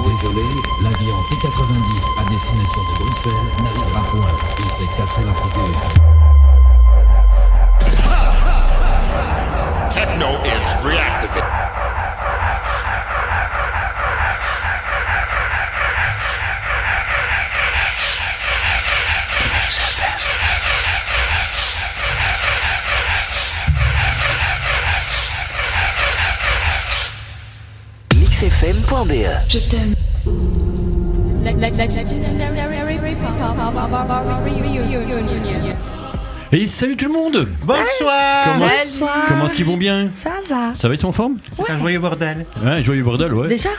Désolé, l'avion T90 à destination de Bruxelles n'arrivera point. Il s'est cassé la figure. Techno is reactivated. mixfm.be Je t'aime. Et salut tout le monde Bonsoir Comment, Bonsoir. comment est-ce qu'ils vont bien Ça va. Ça va, ils sont en forme C'est un joyeux bordel. Ouais, joyeux bordel, ouais. Déjà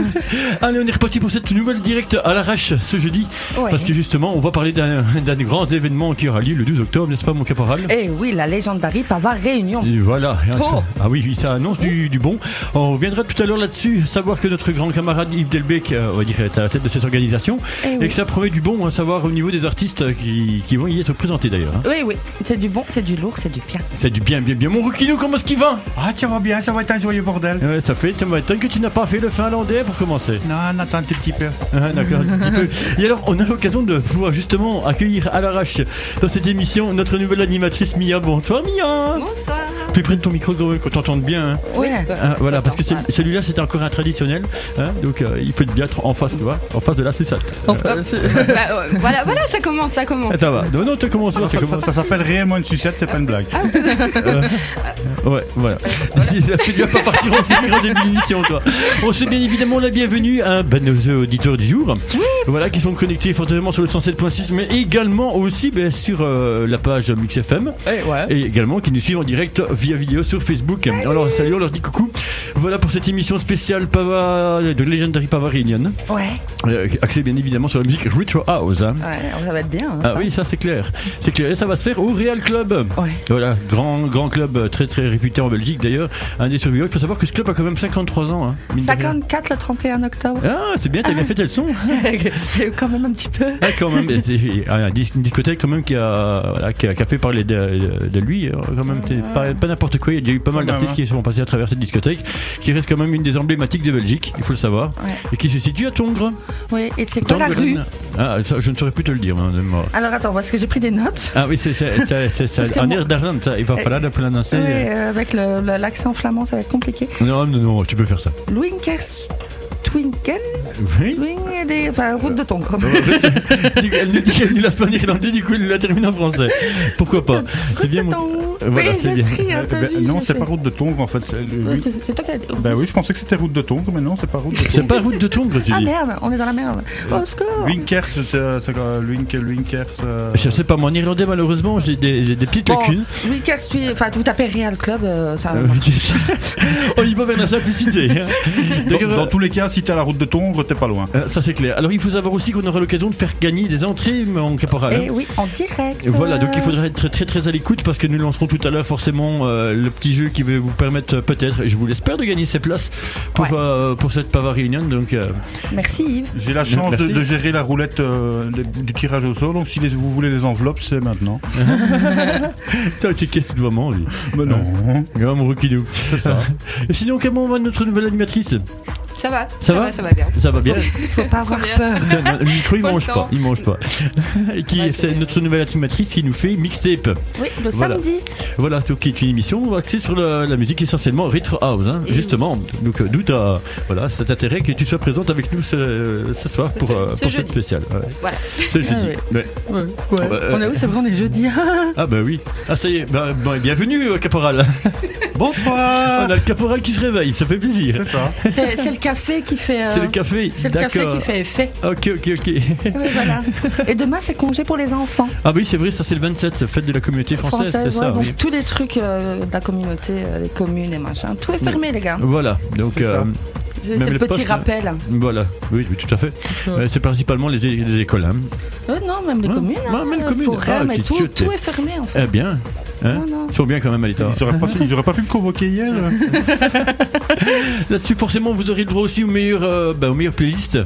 Allez, on est reparti pour cette nouvelle directe à l'arrache ce jeudi. Ouais. Parce que justement, on va parler d'un d'un grand événement qui aura lieu le 12 octobre, n'est-ce pas, mon caporal Eh oui, la légendaire Pavard Réunion. Et voilà. Oh. Ah oui, oui, ça annonce du, du bon. On reviendra tout à l'heure là-dessus, savoir que notre grand camarade Yves Delbecq, euh, on va dire, est à la tête de cette organisation. Eh Et, oui. que ça promet du bon, à savoir au niveau des artistes qui, qui vont y être présentés d'ailleurs. hein. Oui, oui, c'est du bon, c'est du lourd, c'est du bien. C'est du bien, bien, bien. Mon Rouquinou, comment est-ce qu'il va Ah, tu vas bien, ça va être un joyeux bordel. Eh Ouais, ça fait tellement de temps que tu n'as pas fait le finlandais pour commencer. Non, attends un tout petit peu. Ah, D'accord, un petit peu. Et alors, on a l'occasion de pouvoir justement accueillir à l'arrache dans cette émission notre nouvelle animatrice Mia. Bonsoir Mia Bonsoir. Plus près de ton micro, Zoé, qu'on t'entende bien. hein. Ouais. Ah, voilà, parce que c'est c'est- celui-là, c'était encore un traditionnel. hein, donc, euh, il faut être bien être en face, tu vois, en face de la sucette. voilà, voilà, ça commence, ça commence. Ah, ça va. Non, non, tu commences. Ça, tu ça- commences. ça s'appelle réellement une sucette, c'est pas une blague. Ah, Ouais, voilà. tu vas pas partir en finir en début d'émission, toi. On souhaite bien évidemment la bienvenue à ben, nos auditeurs du jour. Voilà, qui sont connectés fortement sur le 107.6, mais également aussi ben, sur euh, la page Mix FM. Et également qui nous suivent en direct via vidéo sur Facebook. Alors, salut, on leur dit coucou. Voilà pour cette émission spéciale Pava, de Legendary Pava Reunion. Ouais, Euh, axée bien évidemment sur la musique Retro House. hein. ouais, ça va être bien. hein, Ah ça. oui, ça c'est clair. C'est clair. Et ça va se faire au Real Club. Ouais. Voilà, grand, grand club euh, très très réputé en Belgique d'ailleurs. Un des survivants. Il faut savoir que ce club a quand même 53 ans. hein, mine de rien. 54 le 31 octobre. Ah, c'est bien, t'as bien fait tel son. J'ai eu quand même un petit peu. Ah, quand même, mais c'est ah, un dis- une discothèque quand même qui a, voilà, qui a, qui a fait parler de, de lui. euh, Quand même, c'est pas, pas n'importe quoi. Il y a déjà eu pas mal Quand même, d'artistes hein. qui sont passés à travers cette discothèque, qui reste quand même une des emblématiques de Belgique. Il faut le savoir. Ouais. Et qui se situe à Tongres. Oui, et c'est quoi la rue Tongeren. Ah, ça, je ne saurais plus te le dire. hein, de moi. Alors attends, parce que j'ai pris des notes. Ah oui, c'est c'est- c'est- c'est- Parce c'est que un moi- air d'argent, ça. Il va Eh, falloir le prononcer. Ouais, euh, avec le- le- l'accent flamand, ça va être compliqué. euh. Non, non, non, tu peux faire ça. Winkers. Twinken, Oui. Wing, des, enfin, route de Tongres. elle nous dit qu'elle nous l'a fait en irlandais, du coup, elle la termine en français. Pourquoi pas C'est bien mon. Voilà, Oui, c'est j'ai bien. pris, hein, Euh, t'as ben, vu, non, j'ai c'est fait. pas route de Tongres en fait. c'est- euh, oui. Ouais, c'est- C'est toi qui as dit. Ben oui, je pensais que c'était route de Tongres, mais non, c'est pas route de C'est Tongres. pas route de Tongres, tu Ah dis merde, on est dans la merde. Au secours Winkers, c'est euh, c'est, euh, Link- Winkers. euh, Je sais pas, moi en irlandais, malheureusement, j'ai des, des- des petites Bon, lacunes. oui, qu'est-ce que tu- Enfin, tout tapez Real Club, euh, ça. Euh, On y Oh, va vers la simplicité. hein. Dans, D'ailleurs, dans tous les cas, si t'as la route de Tongres, t'es pas loin. euh, ça c'est clair. Alors il faut savoir aussi qu'on aura l'occasion de faire gagner des entrées mon caporal. hein. Eh oui, en direct. Et Voilà, donc il euh, faudra être très très à l'écoute parce que nous lancerons tout à l'heure forcément euh, le petit jeu qui va vous permettre euh, peut-être, et je vous l'espère, de gagner ces places pour, Ouais. euh, pour cette Pava Reunion. Donc, euh, Merci Yves. J'ai la chance de, Merci. de gérer la roulette euh, des- du tirage au sol, donc si les- vous voulez les enveloppes, c'est maintenant. tiens, tu casses tout moment, lui. Mais non. Ah, mon rouquidou. Et Sinon, comment va notre nouvelle animatrice Ça va, Ça va va, ça va bien. Ça va bien Faut pas avoir Première. peur. Tiens, Le micro, il Faut le mange temps. pas. Il mange pas. Et qui, Ouais, c'est c'est vrai. notre nouvelle animatrice qui nous fait mixtape. Oui, le Voilà. samedi. Voilà, donc, qui est une émission axée sur la, la musique essentiellement retro house, hein, Et justement. Donc, euh, d'où ta- voilà, cet intérêt que tu sois présente avec nous ce, ce soir Ce- pour, ce- euh, ce pour cette jeudi. spéciale. ouais. Voilà. Ce jeudi. Ouais. Ouais. Euh, On est où C'est vrai, on est jeudi. Ah, bah oui. Ah, ça y est, bah, bah, bienvenue, euh, caporal. Bonsoir On a le caporal qui se réveille, ça fait plaisir. C'est ça. c'est c'est le café qui fait. euh, C'est le café. C'est le café D'accord. qui fait effet. Ok, ok, ok. Oui, voilà. Et demain, c'est congé pour les enfants Ah, bah oui, c'est vrai, ça c'est le 27, fête de la communauté française, français. c'est ça. donc oui. tous les trucs euh, de la communauté, euh, les communes et machin, tout est fermé, les gars. Voilà, donc. C'est ça. euh, C'est Même c'est les le petit postes, hein. rappel. Voilà, oui, oui, tout à fait. Euh, C'est principalement les, é- les écoles. hein. Euh, non, même les Ouais, communes. ouais, hein, même les communes. Forême Ah, et petite tout, sûreté. tout est fermé en fait. Eh bien. Hein Ah, Non, non. Ils sont bien quand même à l'état. Ils auraient pas, ils auraient pas pu me convoquer hier. euh. Là-dessus, forcément, vous aurez le droit aussi aux meilleures, euh, bah, aux meilleures playlists.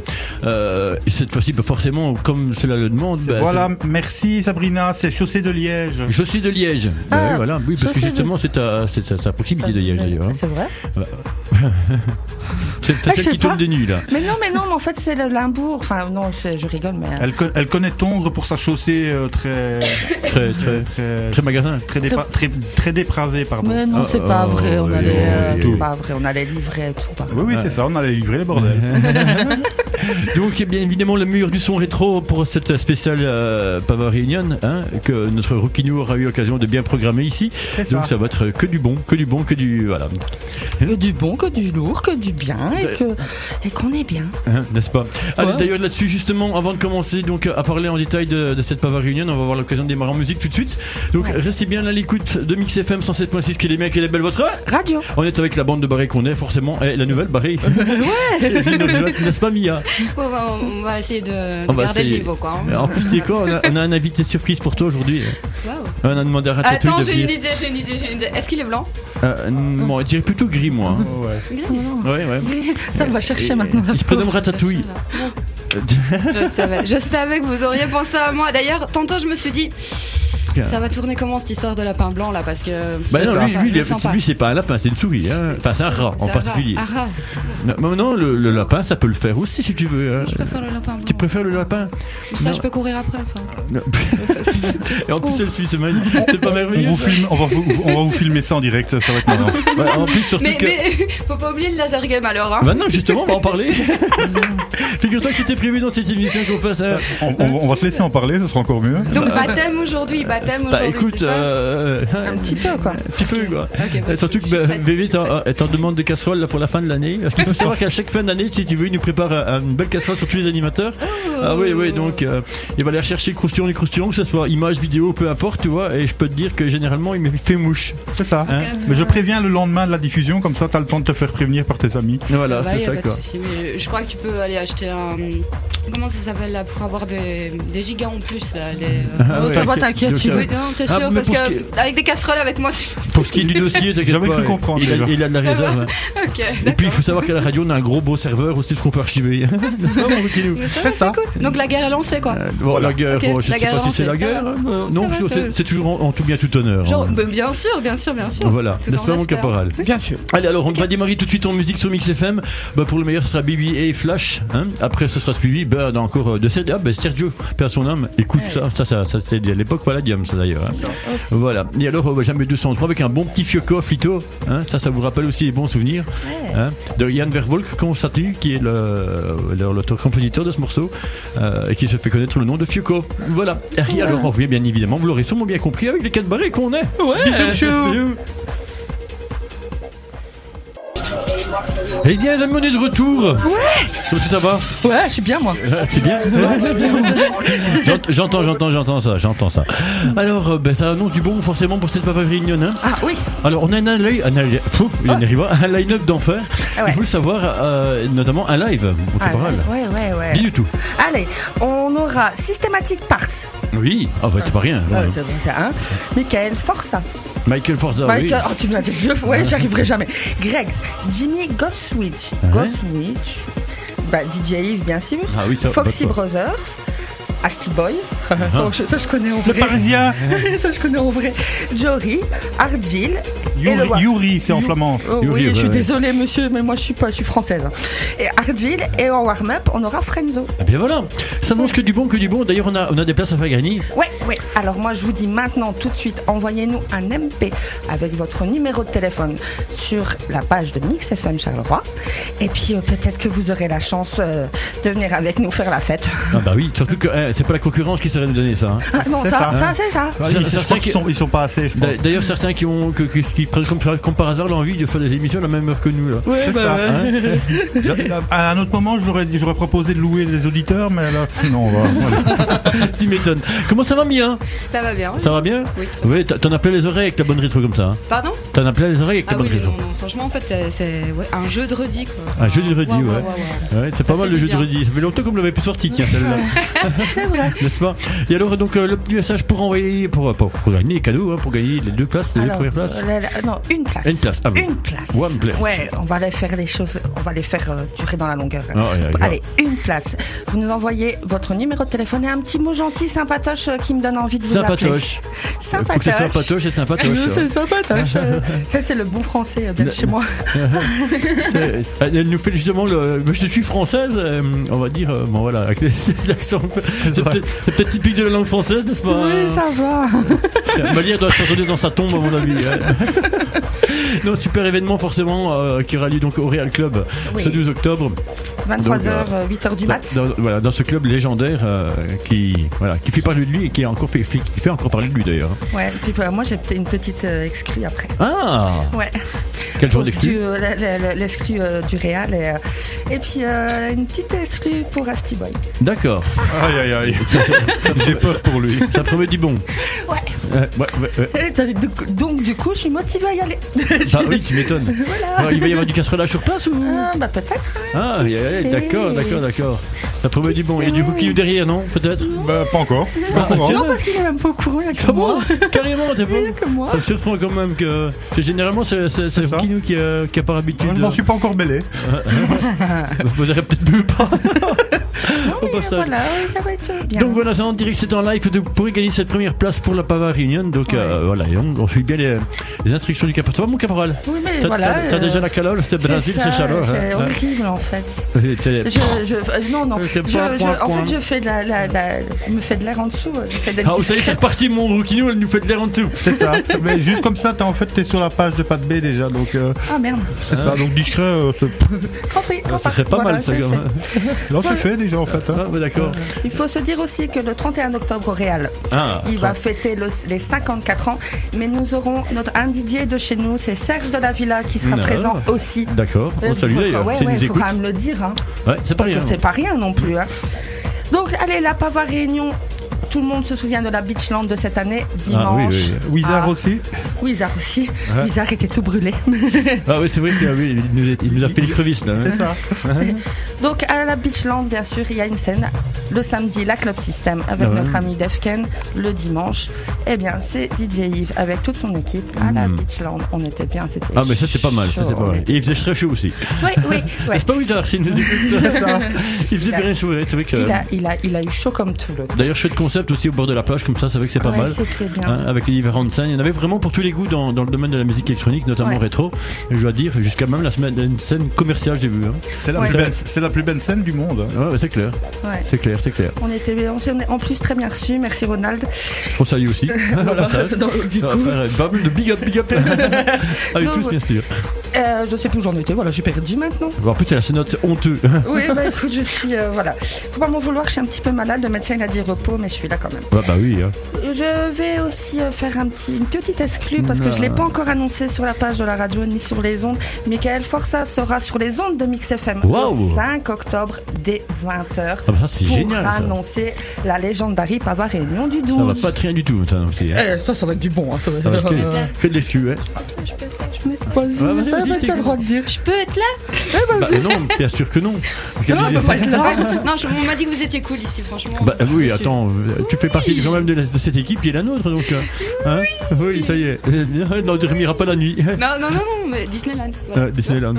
Euh, et cette fois-ci, bah, forcément, comme cela le demande. bah, voilà, merci Sabrina, c'est Chaussée de Liège. c'est- Je suis de Liège. Bah Ah, oui, voilà. Oui, parce que Chaussée de- justement, c'est à, c'est à- c'est à proximité de Liège d'ailleurs. hein. C'est vrai. C'est Ah, c'est je celle sais qui tombe pas. des nues là. Mais non, mais non, mais en fait c'est le Limbourg. Enfin non, je, je rigole, mais. Elle, co- elle connaît Tongres pour sa chaussée euh, très, Très, très, très, très magasin. très, dépa- très, très dépravée, pardon. Mais non, Ah, c'est pas oh, vrai. On oui, allait, euh, oui, c'est oui. pas vrai. On allait livrer et tout. par- Oui, oui, c'est ça, on allait livrer les bordels. Donc eh bien évidemment le mur du son rétro pour cette spéciale euh, Power Reunion hein, que notre Rookinou aura eu l'occasion de bien programmer ici. C'est Donc ça. ça va être que du bon, que du bon, que du voilà, Que du bon, que du lourd, que du bien et que et qu'on est bien. Hein, n'est-ce pas Allez Ouais. d'ailleurs là-dessus justement avant de commencer donc euh, à parler en détail de, de cette Power Reunion, on va avoir l'occasion de démarrer en musique tout de suite. Donc restez bien à l'écoute de Mix FM 107.6 qui est les mecs et les belles votre. Radio. On est avec la bande de Barry qu'on est forcément et la nouvelle Barry. n'est-ce pas Mia Bon, bah, on on va essayer de, de On va garder le essayer. niveau, quoi. hein. En plus, tu sais quoi on a, on a un invité surprise pour toi aujourd'hui. Waouh. On a demandé à Ratatouille Attends, de j'ai venir. une idée, j'ai une idée, j'ai une idée. Est-ce qu'il est blanc Euh, moi, je dirais plutôt gris, moi. hein. Ouais. Ouais, ouais. Attends, on va chercher maintenant. Il se prénomme Ratatouille. Je savais, je savais que vous auriez pensé à moi. D'ailleurs, tantôt, je me suis dit. Ça va tourner comment cette histoire de lapin blanc là Parce que. Bah je non, sens lui, pas, lui, je il est- sens pas. lui, c'est pas un lapin, c'est une souris. hein. Enfin, c'est un rat en Ça va. particulier. Ah, ah. Non, non, le, le lapin, ça peut le faire aussi si tu veux. hein. Je préfère le lapin blanc. Tu préfères le lapin Ça, non. je peux courir après. enfin. Non. Et en plus, elle suit, c'est magnifique. C'est pas merveilleux. On, vous filme- on, va vous, on va vous filmer ça en direct, ça, ça va être marrant. Ouais, en plus, surtout Mais, que. mais faut pas oublier le laser game alors. Hein. Bah non, justement, on va en parler. Figure-toi que c'était prévu dans cette émission qu'on fasse. un- On, on- on va te laisser en parler, ce sera encore mieux. Donc baptême aujourd'hui, baptême Bah aujourd'hui. écoute, c'est ça euh, Un petit peu quoi. Un petit peu quoi. Ok, bon, Euh, Surtout que je suis bah, prête, Bébé je suis est en- est en demande de casserole là, pour la fin de l'année. Parce qu'il faut savoir qu'à chaque fin d'année, si tu veux, il nous prépare euh, une belle casserole sur tous les animateurs. Ah oui, oui, donc euh, il va aller chercher le croustillon, les croustillons, que ce soit image, vidéo, peu importe, tu vois. Et je peux te dire que généralement, il me fait mouche. C'est ça. Hein Mais je préviens le lendemain de la diffusion, comme ça t'as le temps de te faire prévenir par tes amis. Voilà, Bah, c'est y a ça pas de quoi. souci, mais je crois que tu peux aller acheter un. Comment ça s'appelle là Pour avoir des, des gigas en plus là. Les, euh, Ah ouais. Ça va, t'inquiète, tu Donc, Oui, euh, non, t'es Ah, sûr mais Parce pour que ce qui avec des casseroles avec moi, tu. Pour ce qui est du dossier, t'inquiète J'avais pas, cru il- comprendre, Il a, déjà. il a de la réserve. hein. Ok, Et puis il d'accord. faut savoir qu'à la radio, on a un gros beau serveur aussi, ce qu'on peut archiver. N'est-ce pas, mon Rukilou Mais ça va, ça. c'est cool. Donc la guerre est lancée quoi. Euh, bon, la guerre, Ok, bon, je la sais guerre pas si c'est la avancée, ça guerre. va. euh, non, Ça va, c'est- ça va. c'est toujours en, en tout bien tout honneur. Genre, hein. bah, bien sûr, bien sûr, bien sûr. Voilà, Tout n'est-ce en pas mon respect. caporal Bien sûr. Allez, alors on va démarrer tout de suite en musique sur Mix FM. Bah, pour le meilleur, ce sera Bibi et Flash. hein. Après, ce sera suivi bah, d'un encore euh, de Sergio. Ah, bah, Sergio, paix à son âme. Écoute ça, ça, ça, ça, c'est à l'époque Palladium, ça d'ailleurs. hein. Voilà. Et alors, euh, bah, jamais 203 avec un bon petit Fioco Flito. hein. Ça, ça vous rappelle aussi les bons souvenirs. hein. De Yann Vervolk, comment ça tue, qui est le- le- l'auteur-compositeur de ce morceau euh, et qui se fait connaître le nom de Fioco. Voilà. Et alors, on revient bien évidemment, vous l'aurez sûrement bien compris, avec les 4 barrés qu'on est. Ouais. Bisous. Eh bien, les amis, on est de retour. Ouais. ça va Ouais, je suis bien moi. Ah, C'est bien. C'est bien. J'ent- J'entends, j'entends, j'entends ça, j'entends ça. Alors, euh, ben, ça annonce du bon forcément pour cette pavane réunion. Hein Ah oui. Alors, on a un live, un, live- Pfff, il y en arrive un, un line-up d'enfer. Ah ouais. Il faut le savoir, euh, notamment un live. Bon, tu Ah, parles. ouais, ouais, ouais. Dis du tout. Allez, on aura Systematic Parts. Oui. Ah bah, c'est pas rien. Ah, ouais. c'est bon, c'est un. Michael Forza. Michael Forza. Ah oui. Ah. Michael, oh, tu me l'as dit deux fois, ouais, j'y arriverai jamais. Greg, Jimmy Goldswitch. Goldswitch. Bah, DJ Yves, bien sûr. Ah oui, ça, Ah Foxy bah, Brothers. Asti Boy. ça, je, ça, je connais en vrai. Parisien, ça, je connais en vrai. Jory, Argil. et le Yuri, Wa- Yuri, c'est en flamand. Oh Yuri, oui, ouais, je suis ouais. désolée, monsieur, mais moi, je suis pas, je suis française. Et Argil, et en warm-up, on aura Frenzo. Eh bien voilà, ça annonce que du bon, que du bon. D'ailleurs, on a, on a des places à faire gagner. Ouais, ouais. Alors moi, je vous dis maintenant, tout de suite, envoyez-nous un MP avec votre numéro de téléphone sur la page de Mix FM Charleroi. Et puis euh, peut-être que vous aurez la chance euh, de venir avec nous faire la fête. Ah bah oui, surtout que eh, c'est pas la concurrence qui saurait nous donner ça. hein. Ah, non, C'est ça, ça, ça, hein. c'est ça. Ils, C'est- c'est je crois certain qu'ils que- sont, ils sont pas assez, je pense. D'a- D'ailleurs, certains qui ont que, que- qui prennent comme, par- comme par hasard l'envie de faire des émissions à la même heure que nous là. C'est ça, hein. J'a- À un autre moment, je leur ai dit- j'aurais proposé de louer les auditeurs, mais là, non, on va- voilà. hein. Tu m'étonnes. Comment ça va, Mia Ça va bien. Ça va bien Oui, très bien. Oui, t'en t'en as plein les oreilles avec la bonne rétro comme ça. hein. Pardon T'en as plein les oreilles avec la Ah bonne oui, mais rétro. non, non, franchement, en fait, c'est- c'est ouais, un jeu de redis quoi. Un jeu de redis, ouais. ouais, ouais. Ouais, c'est pas fait mal le du jeu de bien. redis. Ça fait longtemps qu'on ne l'avait plus sorti, tiens, celle-là. C'est c'est vrai. N'est-ce pas Et alors, donc, euh, le petit message pour envoyer, pour, euh, pour, pour gagner les cadeaux, hein, pour gagner les deux places, les deux Alors, premières places. euh, la- la- non, une place. Une place, ah oui. Une place. One place. Ouais, on va les faire les choses, on va les faire euh, durer dans la longueur. Ah ouais, d'accord. Allez, une place. Vous nous envoyez votre numéro de téléphone et un petit mot gentil, sympatoche, euh, qui me donne envie de vous appeler. Sympatoche. Euh, Faut que ce soit Sympatoche. patoche et sympatoche. Euh, hein. C'est sympatoche. euh, Ça, c'est le bon français euh, bien de chez moi. C'est- Elle elle nous fait justement le. mais Je suis française, euh, on va dire. euh, Bon voilà, avec ces accents. C'est peut-être c'est peut-être typique de la langue française, n'est-ce pas Oui, ça va. Malia doit se retourner dans sa tombe, à mon avis. hein. non, super événement, forcément, euh, qui aura lieu donc au Real Club Oui. ce 12 octobre. Donc, 23h, euh, 8h du Dans, mat. dans- voilà, dans ce club légendaire euh, qui, voilà, qui fait parler de lui et qui, a encore fait, fait- qui fait encore parler de lui d'ailleurs. Ouais, et puis euh, moi, j'ai peut-être une petite euh, exclue après. Ah Ouais. Quel genre Pour d'exclus du, euh, la- la- la- L'esclu euh, du Real. Et, euh, et puis, euh, une petite exclue pour Asti Boy. D'accord. Aïe aïe aïe. J'ai peur pour lui. Ça promet du bon. Ouais. Euh, ouais, ouais, ouais. Et donc, du coup- Donc du coup, je suis motivée à y aller. Ça, oui, tu m'étonnes. Alors, Il va y avoir du casserolage sur place ou Ah, bah peut-être. hein. Ah, y- y- sait d'accord, d'accord, d'accord. Ça promet du bon. Il y a du bouquet derrière, non Peut-être Bah pas encore. Je suis pas Ah, au courant. tiens. Non, Oh, parce qu'il est même pas au courant, il y a que moi. hein. Carrément, t'es pas Il y a que moi. Ça me surprend quand même que. parce que généralement, c'est c'est- c'est ça. Kinou qui a, qui a par habitude. Je m'en suis pas encore mêlé. Vous aurez peut-être bu pas. Au Ah Oui, passage. voilà, oui, ça va être bien. Donc voilà, c'est en direct, c'est en live. Vous pourrez gagner cette première place pour la Pava Réunion. Donc euh, voilà, et on, on suit bien les, les instructions du caporal. Ça va, mon caporal oui, mais T'as voilà. t'as- t'as euh, déjà la calole C'est c'est Brésil, ça, c'est chaleur. C'est hein. Ah, horrible en fait. Ouais. T'es- Je, je, euh, non, non. Euh, Je, c'est point, je- point, en point. fait, je fais de la, la, la- je me fais de l'air en dessous. euh, J'essaie d'être Ah, vous savez, c'est discrète. reparti, mon rouquinou, elle nous fait de l'air en dessous. C'est ça. Mais juste comme ça, t'es en fait t'es sur la page de Pat B déjà, donc euh, Ah merde. c'est ça. Donc discret, euh, c'est- Compris, Ça compris. Ah, serait pas Voilà, mal, ça, c'est quand fait. même. là c'est fait déjà en fait. Ah, hein. ouais, d'accord. Il faut se dire aussi que le 31 octobre au Real, Ah, il va fêter le- les 54 ans, mais nous aurons notre un DJ de chez nous, c'est Serge de la Villa qui sera Non. présent aussi. D'accord, on Euh, salue Ah. faut- Oh, d'ailleurs. Ouais, s'il ouais, nous faut écoute. quand même le dire, hein, Ouais, c'est pas parce rien. que c'est pas rien non plus. hein. Donc allez, la Pava Réunion. Tout le monde se souvient de la Beachland de cette année, Ah oui, dimanche. oui. Wizard Ah. aussi. oui. Wizard aussi. Wizard était tout brûlé. Ah oui, c'est vrai qu'il oui, il nous, est- il nous a fait les crevisses là. hein. C'est ça. Donc à la Beachland, bien sûr, il y a une scène le samedi, la Club System avec Ah ouais. notre ami Defken. Le dimanche, eh bien, c'est DJ Yves avec toute son équipe à la Beachland. On était bien, c'était Hmm. Ah mais ça c'est pas mal, ça c'est chaud. pas mal. Et il faisait très chaud aussi. Oui, oui, ouais. C'est pas bizarre s'il nous écoute. il faisait Il a- bien chaud, ouais, c'est vrai que. Il a, il, a, il a eu chaud comme tout le D'ailleurs, chouette concept aussi au bord de la plage, comme ça, c'est vrai que c'est pas Ouais, mal. c'est- c'est bien. Hein, avec les différentes scènes. Il y en avait vraiment pour tous les goûts dans, dans le domaine de la musique électronique, notamment Ouais. rétro. Et Je dois dire, jusqu'à même la semaine, une scène commerciale, j'ai vu. hein. Ah C'est la, Ouais. plus belle- c'est la plus belle scène du monde. hein. Ouais, ouais, c'est clair, Ouais. c'est clair, c'est clair. On était on s'en est en plus très bien reçus, merci Ronald. On salue aussi. Voilà, ça. Donc, du Ah, coup, voilà, une bable de big up, big up. Avec Non, tous, ouais. bien sûr. euh, je sais plus où j'en étais, voilà, j'ai perdu maintenant. Bon, En plus, c'est la scène, c'est honteux. Oui, bah écoute, je suis. euh, voilà. Faut pas m'en vouloir, je suis un petit peu malade, le médecin il a dit repos, mais je suis là quand même. Ouais, bah oui. hein. Je vais aussi euh, faire un petit, une petite exclue parce que je ne l'ai Non. pas encore annoncé sur la page de la radio ni sur les ondes. Michael Força sera sur les ondes de Mix FM Waouh. le 5 octobre dès 20h Ah bah ça, c'est pour génial, ça. annoncer la légendaire Pava Réunion du 12. Ça va pas être rien du tout, ça, aussi, hein. Eh, ça, ça va être du bon. hein, ça va Ça va être être- que- que de l'excuse, hein. Ah, Je peux, être là, je peux- Vas-y, Ouais, vas-y, ouais, vas-y, bah, je t'as le droit de dire. je peux être là Bah non, bien sûr que non. Non, on peut pas être là. Non, je- on m'a dit que vous étiez cool ici, franchement. Bah oui, Je suis- attends, euh, tu fais partie quand même de, la- de cette équipe qui est la nôtre, donc. euh, hein oui, ça y est. Euh, Non, on dormira pas la nuit. Non, non, non, non, mais Disneyland. voilà. Euh, Disneyland.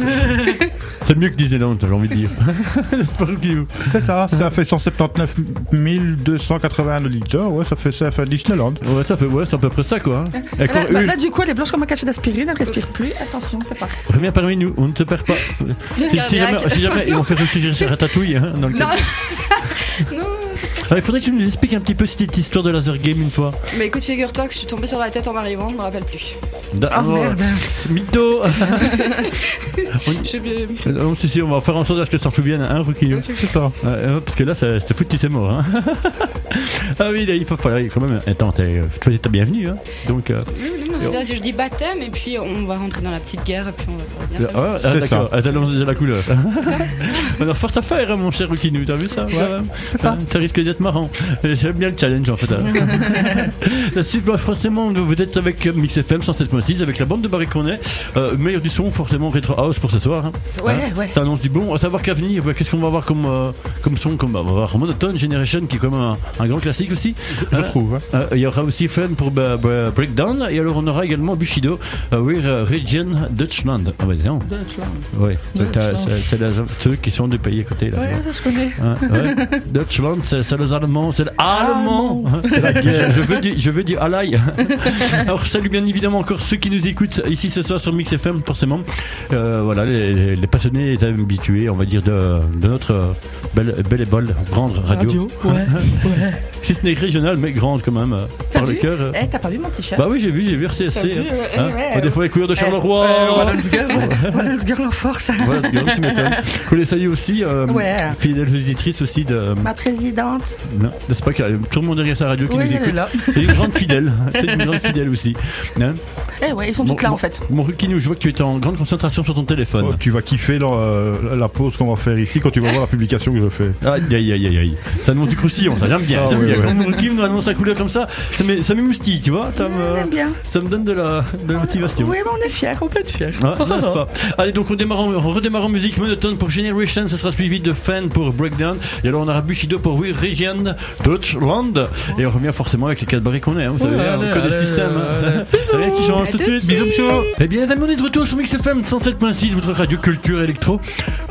C'est mieux que Disneyland, j'ai envie de dire. C'est pas vous. C'est ça. Ça fait 179 281 auditeurs. Ouais, ça fait ça fait Disneyland. Ouais, ça fait, ouais, c'est à peu près ça, quoi. hein. Et Là, encore, Eh, bah, là- eux, là, du coup, elle est blanche comme un cachet d'aspirine, elle respire plus. Attention, c'est parti. reviens parmi nous, on ne te perd pas. Si, si cardiaque. jamais, si jamais, ils vont faire refuser chez Ratatouille. hein, dans le Non. cadre. Non, Ah, il faudrait que tu nous expliques un petit peu cette histoire de laser game une fois. mais Bah écoute, figure-toi que je suis tombée sur la tête en m'arrivant, je me rappelle plus. Ah Oh, merde. C'est mytho Je... Euh, Non, si, si, on va faire en sorte à ce que ça revienne, hein, Rouquillon C'est ça. Euh, parce que là, ça- c'était foutu, c'est mort, hein. ah oui, là, il faut falloir quand même. Attends, t'es t'es- t'es bienvenue, hein. Donc, euh, C'est ça, je dis baptême et puis on va rentrer dans la petite guerre et puis on va voir bien ah, s'amuser. ah, C'est d'accord, ah, t'as lancé déjà la couleur. on a fort à faire, hein, mon cher Rouquinou, t'as vu ça C'est ça. ça risque d'être marrant. Euh, J'aime bien le challenge, en fait. hein. La suite, bah, forcément, vous êtes avec euh, Mix FM 107.6, avec la bande de Barry Cornet. Euh, meilleur du son, forcément, Retro House pour ce soir. hein. Ouais, ouais. Ça annonce du bon. À savoir qu'à venir, bah, qu'est-ce qu'on va avoir comme, euh, comme son, comme on va voir Monotone Generation, qui est comme un, un grand classique aussi. Je Euh, trouve. hein. euh, Il y aura aussi Fun pour bah, bah, Breakdown, et alors on aura également Bushido, euh, We're a Region Dutchland. Ah, bah, dis donc. Ouais, Dutchland. t'as- c'est c'est la- ceux qui sont des pays à côté là. tu vois. Ouais, ça je connais. Hein, ouais. Deutschland, c'est c'est les Allemands, c'est l'Allemand. Hein, c'est la guerre. Je veux du, je veux du halal. Alors, je salue bien évidemment encore ceux qui nous écoutent ici ce soir sur Mix FM, forcément. Euh, voilà, les, les passionnés, les habitués, on va dire, de, de notre euh, belle, belle et bonne grande radio. Ouais, ouais. Si ce n'est régional, mais grande quand même, euh, T'as par le vu cœur. euh. Eh, t'as pas vu mon t-shirt Bah oui, j'ai vu, j'ai vu RCSC. T'as vu, hein. ouais, Hein. ouais, Oh, des ouais. fois les couleurs de Charleroi. Voilà, ce girl en force. Voilà, tu m'étonnes. Faut les saluer aussi, euh, Ouais. fidèles auditrices aussi de, Ma présidente. Non, c'est pas qu'il y a tout le monde derrière sa radio qui Oui, nous elle est écoute. là. C'est une grande fidèle. C'est une grande fidèle aussi. Hein Eh ouais, ils sont Bon, toutes là bon. en fait. Mon Rukinu, je vois que tu es en grande concentration sur ton téléphone. Oh, tu vas kiffer la, euh, la pause qu'on va faire ici quand tu vas voir la publication que je fais. Aïe aïe aïe aïe aïe. Ça annonce du croustillant, ça j'aime bien. Ah, j'aime ouais, bien. ouais. Quand mon Rukinu nous annonce sa couleur comme ça, ça m'é- ça m'émoustille, tu vois. Ça me, J'aime bien. ça me donne de la, de la motivation. Oui, mais on est fiers. On peut être fier. Ouais, non, c'est Ah, pas. Allez, donc on démarre, en- on redémarre en musique monotone pour Generation, ça sera suivi de Fan pour Breakdown, et alors on aura Bushido pour We Region Deutschland, et on revient forcément avec les quatre barrés qu'on est, hein, vous savez, Ouais, hein, allez, code allez, système. allez. Rien qui change À tout de tout de suite, bisous suite. chaud. Eh bien, les amis, on est de retour sur Mix FM 107.6, votre radio culture électro.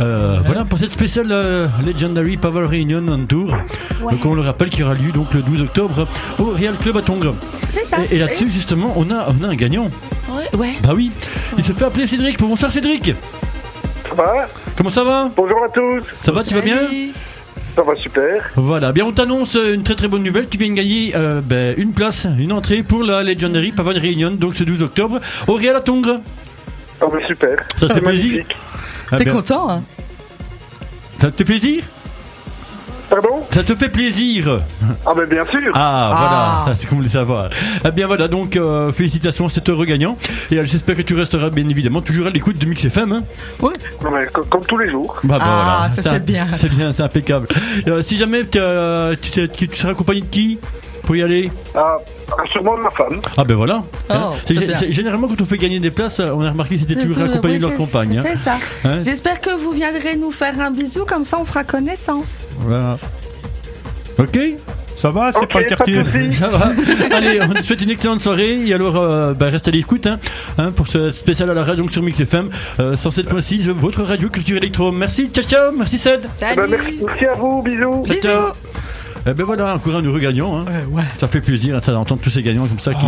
Euh, Voilà pour cette spéciale euh, Legendary Power Reunion on Tour. Donc on le rappelle qu'il y aura lieu donc le 12 octobre au Real Club à Tongres. C'est ça. Eh, Et, et là-dessus, justement, on a, on a un gagnant. Ouais, ouais. Bah oui, il se fait appeler Cédric. Bonsoir Cédric. Voilà. Comment ça va Bonjour à tous, Ça va, tu vas bien Salut. ça va super. Voilà, bien on t'annonce euh, une très très bonne nouvelle. Tu viens de gagner euh, ben, une place, une entrée pour la Legendary Pavon Reunion, donc ce 12 octobre, au Real à Tongres. Ah bah super. Ça te fait C'est plaisir magnifique. Ah, T'es bien. content, hein Ça te fait plaisir Pardon Ça te fait plaisir Ah bah bien sûr. Ah, Ah. voilà, ça c'est qu'on voulait savoir. Eh bien voilà, donc euh, félicitations à cet heureux gagnant. Et euh, j'espère que tu resteras bien évidemment toujours à l'écoute de Mix FM. Hein. Non, mais co- comme tous les jours. Bah, bah, Ah, ça, un- c'est bien. C'est bien, c'est impeccable. Euh, si jamais euh, tu, t'es- tu seras accompagné de qui pour y aller Ah, ah, sûrement ma femme. Ah ben voilà. Oh, Hein. très C'est- bien. c'est- généralement quand on fait gagner des places, euh, on a remarqué que c'était toujours accompagné de leur compagne. hein. C'est ça. Hein, J'espère que vous viendrez nous faire un bisou, comme ça on fera connaissance. voilà. Ok. Ça va, c'est Ok, pas le pas de quartier. soucis. Ça va. Allez, on te souhaite une excellente soirée. Et alors, euh, bah, reste à l'écoute hein, hein, pour ce spécial à la radio sur Mix FM euh, 107.6, votre radio culture électro. Merci, ciao ciao, merci Ced. Eh ben, merci, Salut. merci à vous, bisous. Ciao, ciao. Eh ben voilà, encore un heureux gagnant. hein. Ouais, ouais. Ça fait plaisir hein, ça, d'entendre tous ces gagnants comme ça qui,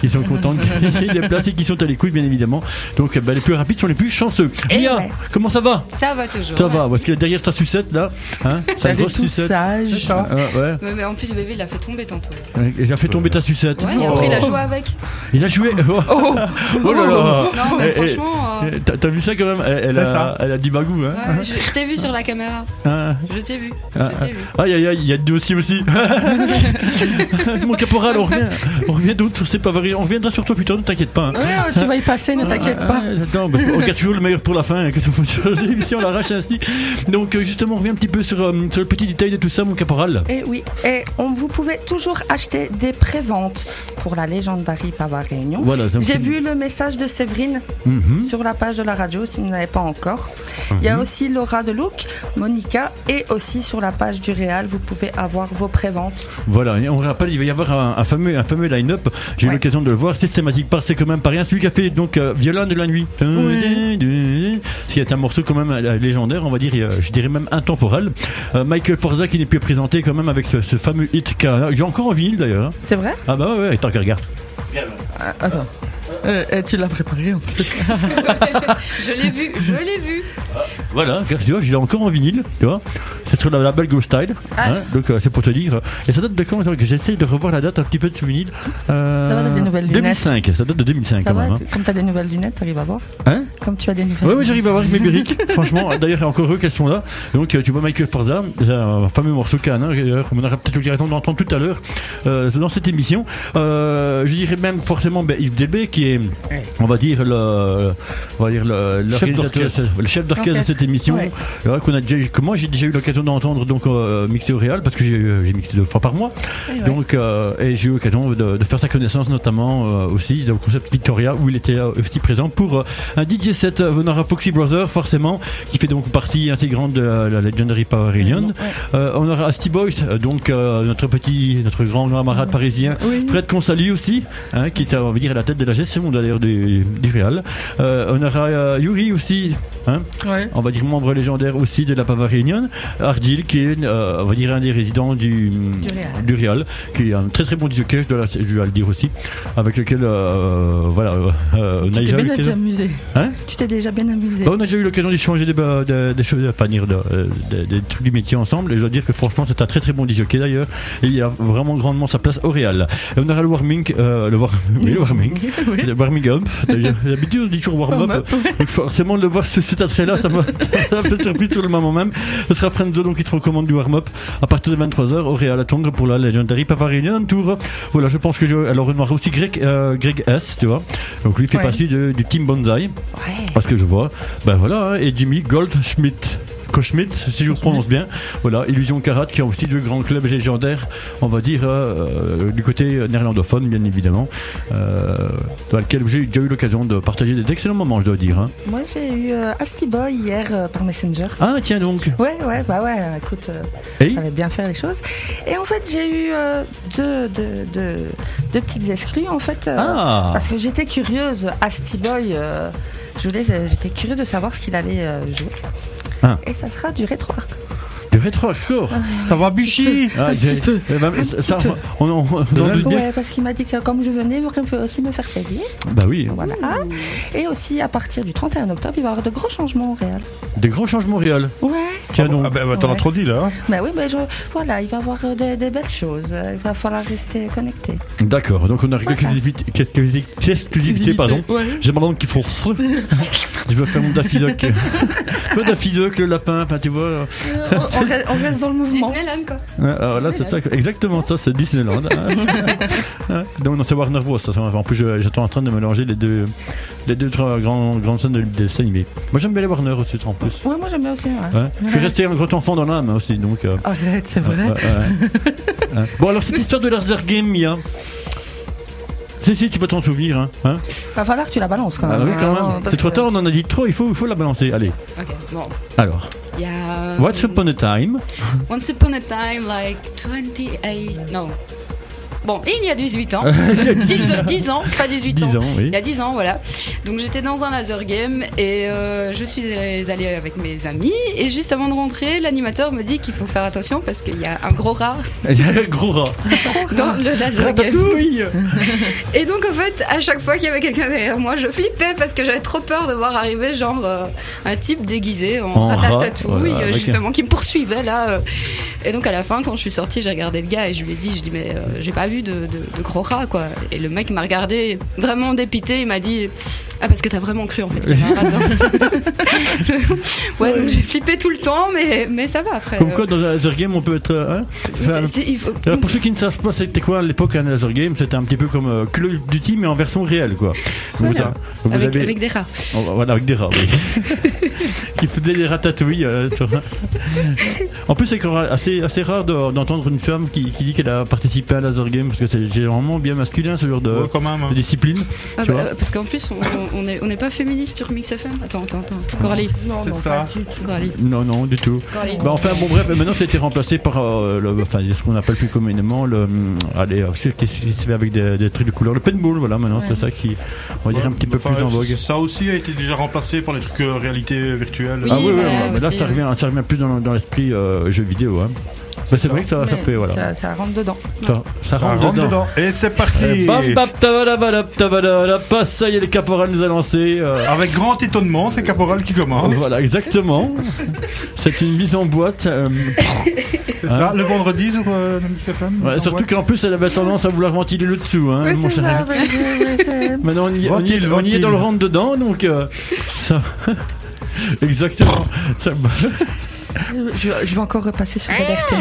qui sont contents, qui y des places et qui sont à l'écoute, bien évidemment. Donc, eh ben, les plus rapides sont les plus chanceux. Eh Mia, ouais. comment ça va Ça va toujours. Ça va, parce que derrière sa sucette là, hein, sa T'as grosse tout sucette. sage. Ah, ouais, Mais, mais en plus, bébé, il l'a fait tomber tantôt. ouais. Et il a fait tomber ta sucette. Ouais, et Oh. après, il a joué avec. Il a joué. Oh, Oh là là. Non, mais Eh, eh, franchement. euh, eh, T'as t'as vu ça quand même Elle, elle C'est a, ça. elle a du bagou. Hein ouais, je je t'ai vu sur la caméra. Hein Je t'ai vu. Ah, Je t'ai vu. Aïe aïe aïe, il y a du dossier aussi. Mon caporal, on revient, on revient d'autres sur ces pavaries. On reviendra sur toi plus tard, ne t'inquiète pas. hein. Ouais, ouais, tu vas y passer, ne t'inquiète Ah, pas. ah, attends, parce qu'on regarde toujours le meilleur pour la fin. hein, Quand on fait sur l'émission, on l'arrache ainsi. Donc, euh, justement, on revient un petit peu sur, euh, sur le petit détail de tout ça, mon caporal. Et Eh oui, et on, vous pouvez toujours acheter des préventes pour la Legendary Pava Réunion. Voilà, c'est un J'ai petit- vu le message de Séverine Mhm. sur la page de la radio si vous n'avez pas encore. Il Hmm. y a aussi Laura de Look, Monica et aussi sur la page du Réal, vous pouvez avoir vos préventes. Voilà, et on rappelle, il va y avoir un, un fameux, un fameux line-up. J'ai eu Ouais. l'occasion de le voir systématique par c'est quand même pas rien. Celui qui a fait donc euh, Violin de la nuit. C'est un morceau quand même euh, légendaire, on va dire, et, euh, je dirais même intemporel. Euh, Michael Forza qui n'est plus présenté quand même avec ce, ce fameux hit qu'a- j'ai encore en vinyle d'ailleurs. hein. C'est vrai Ah bah ouais, ouais, attends, regarde. Attends. Euh, euh, tu l'as préparé en plus. Je l'ai vu, je l'ai vu. Voilà, regarde, tu vois, je l'ai encore en vinyle, tu vois. C'est sur la label Ghost Style. Ah hein, donc euh, c'est pour te dire. Et ça date de quand attends, que J'essaie de revoir la date un petit peu de souvenir. Euh, Ça va, t'as des nouvelles lunettes 2005, ça date de 2005 Ça quand va même. hein. tu- Comme tu as des nouvelles lunettes, t'arrives à voir Hein Comme tu as des nouvelles Ouais, ouais, lunettes. j'arrive à voir avec mes briques. Franchement, d'ailleurs, encore eux qu'elles sont là. Donc, euh, tu vois Michael Forza, euh, un fameux morceau canin, d'ailleurs, on aura Euh, peut-être l'occasion d'entendre tout à l'heure euh, dans cette émission. Euh, je dirais même forcément ben, Yves Delbecq, qui est, on va dire, le, on va dire le, l'organisateur, d'orchestre. le chef d'orchestre de Orchestre, cette émission, ouais. euh, qu'on a déjà, que moi j'ai déjà eu l'occasion d'entendre donc euh, mixer au Real parce que j'ai, euh, j'ai mixé deux fois par mois. Donc euh, et j'ai eu l'occasion de, de faire sa connaissance notamment euh, aussi dans le concept Victoria où il était euh, aussi présent pour euh, un DJ set euh, venant à Foxy Brother forcément qui fait donc partie intégrante de la, la Legendary Power Union. Euh, on aura Asti Boys euh, donc euh, notre petit notre grand camarade parisien Fred qu'on salue aussi hein, qui est on va dire à la tête de la gestion d'ailleurs du, du Real. Euh, on aura euh, Yuri aussi hein, Ouais. on va dire membre légendaire aussi de la Pava Réunion, Ardil qui est euh, on va dire un des résidents du, Real. du Real, qui est un très très bon disjockey, je dois, la- je dois le dire aussi, avec lequel euh, voilà, euh, on, a Tu t'es déjà eu bien déjà l'occasion- amusé. Hein Tu t'es déjà bien amusé. Bah, on a déjà eu l'occasion d'échanger des, bah, des, des choses, enfin dire de- euh, des, des trucs du métier ensemble, et je dois dire que franchement c'est un très très bon disjockey d'ailleurs, et il a vraiment grandement sa place au Real. Et on aura le warming, euh, le, war- oui, le warming, le warming up, d'ailleurs, d'habitude on dit toujours warm up, donc forcément, de le voir sous cet attrait-là, ça m'a un peu surpris sur le moment même. Ce sera Frenzo donc, qui te recommande du warm-up à partir de 23h au Real à Tongres pour la Legendary Pavarian Tour. Voilà, je pense que je. Alors, on aura aussi Greg, euh, Greg S, tu vois. Donc, lui fait Ouais. partie de- du team Bonsai, Ouais. parce que je vois. Ben voilà, hein, et Jimmy Goldschmidt. Koschmidt, si je le prononce bien. Voilà, Illusion Karat, qui ont aussi deux grands clubs légendaires, on va dire, euh, euh, du côté néerlandophone, bien évidemment, euh, dans lequel j'ai déjà eu l'occasion de partager des excellents moments, je dois dire. hein. Moi, j'ai eu euh, Asti Boy hier euh, par Messenger. Ah tiens donc. Ouais, ouais, bah ouais, euh, écoute, euh, Hey. fallait bien faire les choses. Et en fait, j'ai eu euh, deux, deux, deux, deux petites exclues, en fait. euh, Ah. Parce que j'étais curieuse, Asti Boy, euh, je voulais, euh, j'étais curieuse de savoir ce qu'il allait euh, jouer. Ah. Et ça sera du rétro hardcore. Du rétro-hardcore. Ça va bûcher Ah, j'ai- Eh ben, ça- ça, on en- on en doute bien. Ouais, parce qu'il m'a dit que comme je venais, on peut aussi me faire plaisir. Bah oui. Voilà. Et aussi, à partir du 31 octobre, il va y avoir de gros changements au Real. Des grands changements réels. Ouais. Tiens donc. Ah bah, bah, t'en Ouais. as trop dit là. hein. Bah oui, mais je, voilà, il va y avoir euh, des, des belles choses. Euh, Il va falloir rester connecté. D'accord. Donc on a quelques exclusivités- quelques exclusivités, pardon. Ouais. J'ai maintenant qu'ils font. Je veux faire mon Daffy Duck. le Daffy Duck, le lapin, enfin tu vois. on, on reste, on reste dans le mouvement. Disneyland quoi. Ouais, Alors là, c'est ça, que- exactement ça, c'est Disneyland. Ouais. Donc non, c'est Warner Bros. ça, En plus, je- j'étais en train de mélanger les deux, les deux trois grands, grandes scènes de dessin animé. Moi, j'aime bien les Warner aussi, en plus. Ouais, moi j'aime bien aussi. ouais. Ouais. Je suis resté un grand enfant dans l'âme aussi, donc. euh, Arrête, c'est ouais, vrai. ouais. Hein. Bon, alors cette histoire de laser game, Mia. Si, si, tu vas t'en souvenir. Hein. hein. Va falloir que tu la balances quand Ah même. oui, quand hein, même. parce C'est trop que- tard, on en a dit trop, il faut, il faut la balancer. Allez, Ok, bon. alors. Il y a. euh, What's Upon a Time Once upon a time, like 28. Non. Bon, et il y a 18 ans. 10, 10 ans, pas 18 10 ans, oui. Il y a 10 ans, voilà. Donc j'étais dans un laser game et euh, je suis allée avec mes amis. Et juste avant de rentrer, l'animateur me dit qu'il faut faire attention parce qu'il y a un gros rat Il y a le gros rat. Euh, dans Ah. le laser game. Ratatouille Et donc en fait, à chaque fois qu'il y avait quelqu'un derrière moi, je flippais parce que j'avais trop peur de voir arriver genre euh, un type déguisé en, En rat, ratatouille, voilà, euh, ok. justement, qui me poursuivait là. euh. Et donc à la fin, quand je suis sortie, j'ai regardé le gars et je lui ai dit, je dis mais euh, j'ai pas vu de, de- de gros rat quoi. Et le mec m'a regardé vraiment dépité, il m'a dit ah parce que t'as vraiment cru en fait. qu'il y avait un rat dedans. ouais, donc j'ai flippé tout le temps, mais mais ça va après. Comme euh. quoi, dans un laser game, on peut être. euh, hein, faire un- C'est- c'est- il faut- Alors, pour ceux qui ne savent pas, c'était quoi à l'époque un laser game C'était un petit peu comme euh, Call of Duty, mais en version réelle, quoi. Vous, Voilà. vous avec, avez- avec des rats. Oh, bah, voilà, avec des rats, oui. Qui faisaient des ratatouilles. euh, sur- en plus, c'est encore assez, assez rare de- d'entendre une femme qui, qui dit qu'elle a participé à un laser game, parce que c'est généralement bien masculin ce genre de, Ouais, quand même. hein. de discipline. Ah Tu bah, vois euh, parce qu'en plus, on- on n'est on n'est pas féministe sur Mix FM. Attends, attends, attends. Coralie. C'est ça. Coralie. Non, non, du tout. Coralie. Bah, enfin, bon, bref, maintenant, ça a été remplacé par euh, le, enfin, ce qu'on appelle plus communément le. hum, Allez, euh, ce qui se fait avec des, des trucs de couleur. Le paintball, voilà, maintenant, c'est ça qui, on va dire, un petit peu Enfin, plus en vogue. Ça aussi a été déjà remplacé par les trucs euh, réalité virtuelle. Oui, Ah oui, oui, voilà, oui, mais là aussi, ça ouais. revient, ça revient plus dans, dans l'esprit euh, jeu vidéo. Hein. Bah, c'est vrai que ça, ça Mais fait, voilà. Ça, Ça, ça rentre dedans. ça Ça rentre rentre dedans. dedans. Et c'est parti. Et Bam, bam, tabada, badap, tabada, la passe, ça y est, les caporales nous a lancé. euh, Avec grand étonnement, c'est Caporal qui commence. voilà, exactement. C'est une mise en boîte. euh, C'est ça. Le vendredi sur euh, dans Mix FM. voilà, on hein. surtout voit. qu'en plus, elle avait tendance à vouloir ventiler le dessous. Hein, Oui, mon c'est cher ça. ami. oui, oui, oui, c'est- Maintenant, on y, on y- Ventile, on y est dans ventile. le rentre dedans, donc euh, ça. Exactement. Ça- Je, je vais encore repasser sur liberté.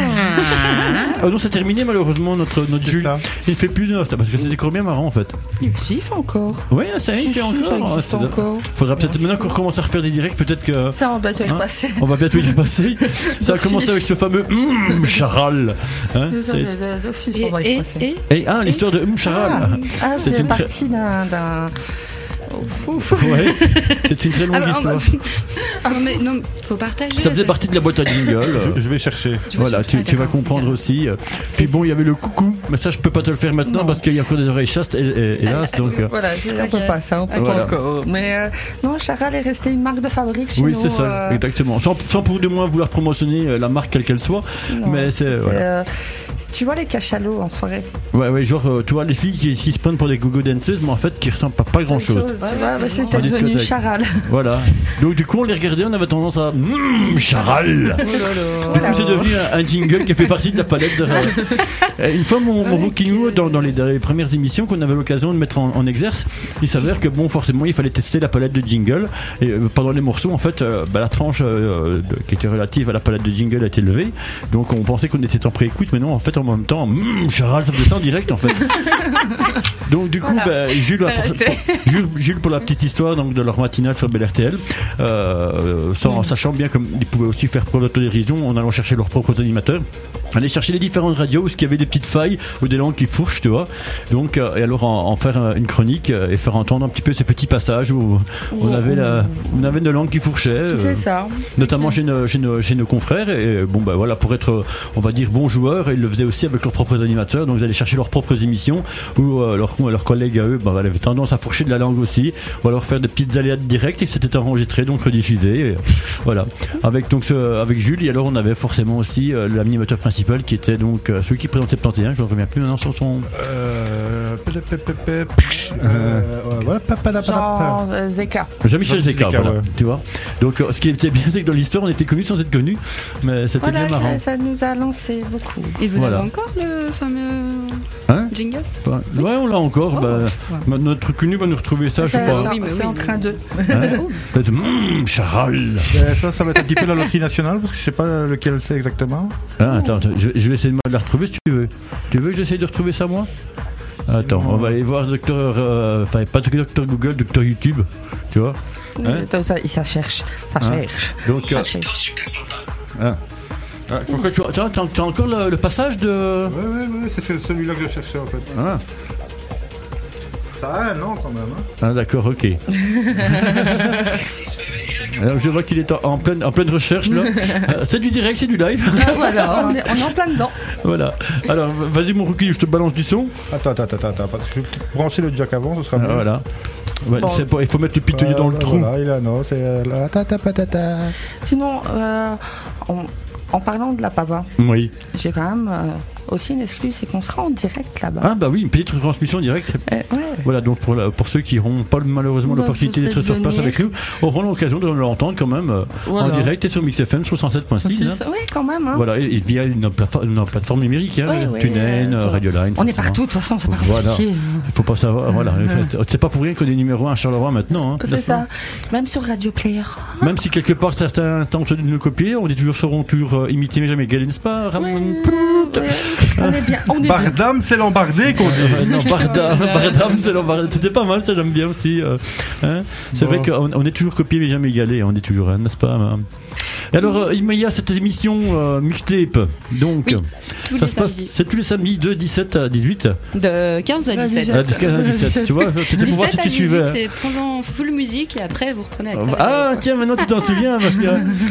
Ah non, c'est terminé malheureusement notre, notre C'est Jules. ça. Il fait plus de ça parce que c'était combien marrant en fait. Il gifle encore. Ouais, ça y est, il fait Si, si, ça encore. existe Ah, c'est- encore. Faudra peut-être maintenant qu'on recommence à refaire des directs, peut-être que. Ça, on va te Hein repasser. On va bientôt y passer. Ça a commencé avec ce fameux Hum charal. Hein, D'office, c'est- d'office, Et, on va y et, passer. et Et ah, l'histoire de Hum charal. Ah, C'est c'est une très- parti d'un. d'un- Ouf, ouf. Ouais, c'est une très Ah longue bah, on va- histoire. non, mais non, faut partager. Ça faisait c'est- partie de la boîte à jingle. Je, je vais chercher. tu vois, Voilà, je- tu, ah, tu vas d'accord. comprendre aussi. euh. Puis bon, il y avait le coucou, mais ça je peux pas te le faire maintenant parce qu'il y a encore des oreilles chastes, hé- hé- hélas. Donc, euh, Voilà, c'est- on Ok. peut pas ça, on peut Voilà. pas encore. Mais euh, non, Charal est resté une marque de fabrique chez oui, nous. c'est ça, euh, exactement. Sans, sans pour de moins vouloir promotionner euh, la marque quelle qu'elle soit, non, mais c'est. c'était, Voilà. euh, tu vois les cachalots en soirée Ouais, ouais, genre, euh, tu vois, les filles qui, qui se prennent pour des gogo danceuses, mais en fait qui ressemblent à pas grand chose. Tu vois, bah, En C'était devenu discothèque. Charal. Voilà. Donc, du coup, on les regardait, on avait tendance à. Mmm, charal Du coup, Voilà. c'est devenu un, un jingle qui fait partie de la palette de Euh, Une fois, mon, mon Rouquinou, dans, dans les, dans les premières émissions qu'on avait l'occasion de mettre en, en exerce, il s'avère que, bon, forcément, il fallait tester la palette de jingle. Et euh, pendant les morceaux, en fait, euh, bah, la tranche euh, de- qui était relative à la palette de jingle a été levée. Donc, on pensait qu'on était en pré-écoute, mais non, en fait, en même temps, Mmm, charal, ça faisait ça en direct, en fait. Donc du coup, bah, Jules, a- Jules, Jules, pour la petite histoire donc, de leur matinale sur Bel RTL, euh, sans, sachant bien qu'ils pouvaient aussi faire preuve d'autodérision en allant chercher leurs propres animateurs, aller chercher les différentes radios où il y avait des petites failles ou des langues qui fourchent, tu vois. Donc, euh, et alors en, en faire euh, une chronique euh, et faire entendre un petit peu ces petits passages où on avait, la, on avait une langue qui fourchait. euh, C'est ça. notamment chez nos, chez, nos, chez nos confrères. Et euh, bon, bah voilà, pour être, euh, on va dire, bon joueur, ils le faisaient aussi avec leurs propres animateurs. Donc, ils allaient chercher leurs propres émissions où euh, leurs leurs collègues à eux bah, avaient tendance à fourcher de la langue aussi, ou alors faire des petites aléas directes et c'était enregistré, donc rediffusé. Et, euh, voilà. Avec, donc, ce- avec Jules, et alors on avait forcément aussi euh, l'animateur principal qui était donc euh, celui qui présente 71. Je ne reviens plus maintenant sur son. Euh, pe- pe- pe- pe- euh, voilà, pa- pa- la- bah, pa- la- ah. Genre euh, Zeka. Jean-Michel Jean-Michel Zeka, Zeka, voilà, ouais. tu vois. Donc, euh, ce qui était bien, c'est que dans l'histoire, on était connus sans être connus, mais c'était Voilà, bien marrant. ça- ça nous a lancé beaucoup. Et vous Voilà. l'avez encore le fameux Hein jingle Bah, ouais, on l'a encore. Oh, bah, ma- Notre connu va nous retrouver ça, je sais Ça- pas. ça- Oui, mais c'est oui, en mais- train de. Hein Ça va être, Mmh, Charal Euh, Ça, ça va être un petit peu la loterie nationale parce que je sais pas lequel c'est exactement. Hein, Attends, attends, je, je vais essayer de me la retrouver si tu veux. Tu veux que j'essaye de retrouver ça, moi Attends, on va aller voir Docteur. euh, Enfin, pas Docteur Google, Docteur YouTube. Tu vois Hein Attends, ça, ça cherche. Ça Hein cherche. Donc. Ça euh, cherche. hein. Ah, pourquoi tu attends, t'as- t'as encore le, le passage de. Ouais, ouais, ouais, c'est ce- celui-là que je cherchais en fait. Ah, Ça a un an quand même. hein. ah, d'accord, ok. Alors, je vois qu'il est en, en pleine, en pleine recherche là. Euh, c'est du direct, c'est du live. Ah, voilà, on est, on est en plein dedans. voilà. Alors, vas-y, mon rookie, je te balance du son. Attends, attends, attends, attends. parce que Je vais brancher le jack avant, ce sera Ah, mieux. voilà. Ouais, Bon. c'est pas- il faut mettre le piteux dans le Voilà, trou. Euh, bah, Voilà, il a non, c'est euh, la ta ta patata. Sinon, euh, en- en parlant de la pava, Oui. j'ai quand même euh, aussi une excuse, c'est qu'on sera en direct là-bas. Ah bah oui, une petite retransmission directe. Eh, ouais. Voilà, donc pour, la- pour ceux qui n'auront pas malheureusement Donc, l'opportunité vous d'être êtes sur place venus. avec nous, auront l'occasion de l'entendre quand même euh, Voilà. en direct et sur MixFM sur 107.6. hein. Oui, quand même. Hein. Voilà, et, et via une, plafo- une plateforme numérique, hein, Ouais, ouais, TuneIn, euh, Radio Line. On est forcément. partout, de toute façon, c'est pas Voilà. compliqué. Il faut pas savoir, voilà. en fait, C'est pas pour rien qu'on est numéro 1 à Charleroi maintenant. hein, C'est n'est-ce ça. Même sur Radio Player. pas Même si quelque part certains tentent de nous copier, on dit toujours seront toujours euh, imités, mais jamais Galen Spa, Ramon Ouais, on est bien. On est Bah. bien. Bardam, c'est l'embardé qu'on dit. Euh, non, Bardam, Bardam, c'est l'embarras. C'était pas mal, ça j'aime bien aussi. euh, hein. C'est Bon. vrai qu'on on est toujours copié mais jamais égalé, on est toujours, hein, n'est-ce pas hein. Et alors, euh, il y a cette émission euh, mixtape, donc Oui, Tous ça les se passe, samedis. Euh, c'est tous les samedis de 17 à 18. De 15 à 17. À 15 à 17, tu vois, c'était pour voir si 17 à 18, tu suivais. hein. c'est pendant full musique et après vous reprenez avec ça. Ah tiens, maintenant tu t'en souviens parce que.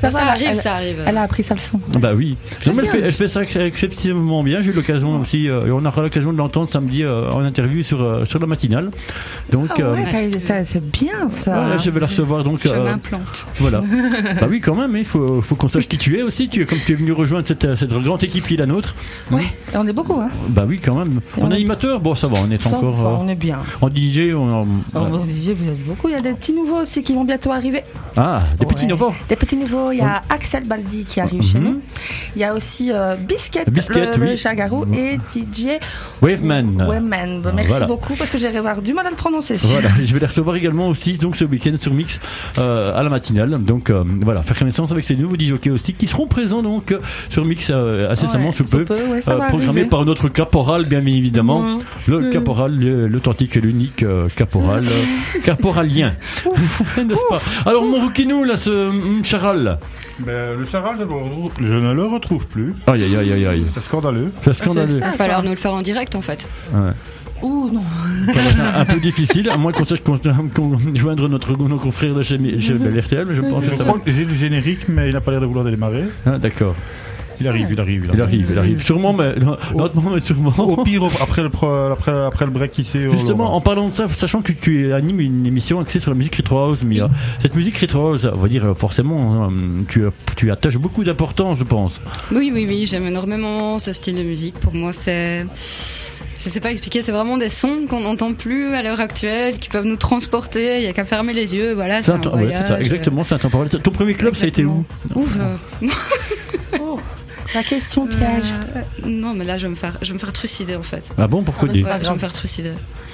ça, va, arrive, elle- ça arrive. Elle a appris sa leçon. Bah oui. Non, mais elle, fait, elle fait ça ex- exceptionnellement bien. J'ai eu l'occasion aussi, euh, et on aura l'occasion de l'entendre samedi euh, en interview sur, euh, sur la matinale. Donc, Ah euh, ouais, t'as- ça- c'est bien ça. ouais, je vais la recevoir donc. bah, Je euh, m'implante. Voilà. bah oui, quand même, il faut, faut qu'on sache qui tu es aussi. Tu es comme tu es venu rejoindre cette, cette grande équipe qui est la nôtre. Ouais, et on est beaucoup. Hein. Bah oui, quand même. Et En on est- animateur, bon, ça va, on est Ça va, encore on est bien. euh, en DJ. on- on- On est- vous êtes beaucoup. Il y a des petits nouveaux aussi qui vont bientôt arriver. Ah, des petits Ouais. novants. Des petits nouveaux, il y a Axel Baldi qui arrive chez nous. Il y a aussi euh, Biscuit, Mhm. Biscuit, le, le oui. chagarou, et DJ Waveman. Wayman. Bah, Merci Voilà. beaucoup parce que j'ai avoir du mal à le prononcer. Voilà, et je vais les recevoir également aussi donc ce week-end sur Mix euh, à la matinale. Donc euh, voilà, faire connaissance avec ces nouveaux DJs aussi qui seront présents donc euh, sur Mix euh, incessamment Ouais, sous sous peu, euh, peu, ouais, ça va programmé arriver. Mm. par notre caporal bien évidemment, le caporal, le- l'authentique et l'unique euh, caporal, euh, caporalien, n'est-ce pas Alors mon rouquinou là, ce mm, charal, Ben, le charal, je, le re- je ne le retrouve plus. aïe aïe aïe aïe aïe, C'est scandaleux. c'est Ah, scandaleux, Il va falloir nous le faire en direct en fait. Ouh non. un peu difficile, à moins qu'on sache qu'on- qu'on joindre notre nos confrères de chez, Mi- Mm-hmm. chez RTL, mais je pense que Je ça va. crois que j'ai le générique, mais il n'a pas l'air de vouloir démarrer. Ah, D'accord. Il arrive, il arrive, Il arrive, il arrive. Sûrement, mais non, lentement, mais Au sûrement. pire, au- après le, pro- après, après le break ici. au Justement, Laurent. en parlant de ça, sachant que tu animes une émission axée sur la musique Retro House, Mia, cette musique Retro House, on va dire euh, forcément, hein, tu, tu attaches beaucoup d'importance, je pense. Oui, oui, oui, j'aime énormément ce style de musique. Pour moi, c'est. Je sais pas expliquer, c'est vraiment des sons qu'on n'entend plus à l'heure actuelle, qui peuvent nous transporter. Il y a qu'à fermer les yeux, voilà. C'est un un- ouais, voyage. c'est ça, exactement, c'est intemporel. Ton premier club, ça a été où Ouf, euh, La question piège. euh, non, mais là, je vais me faire, je vais me faire trucider en fait. Ah bon, pourquoi Ouais, dis je vais me faire trucider.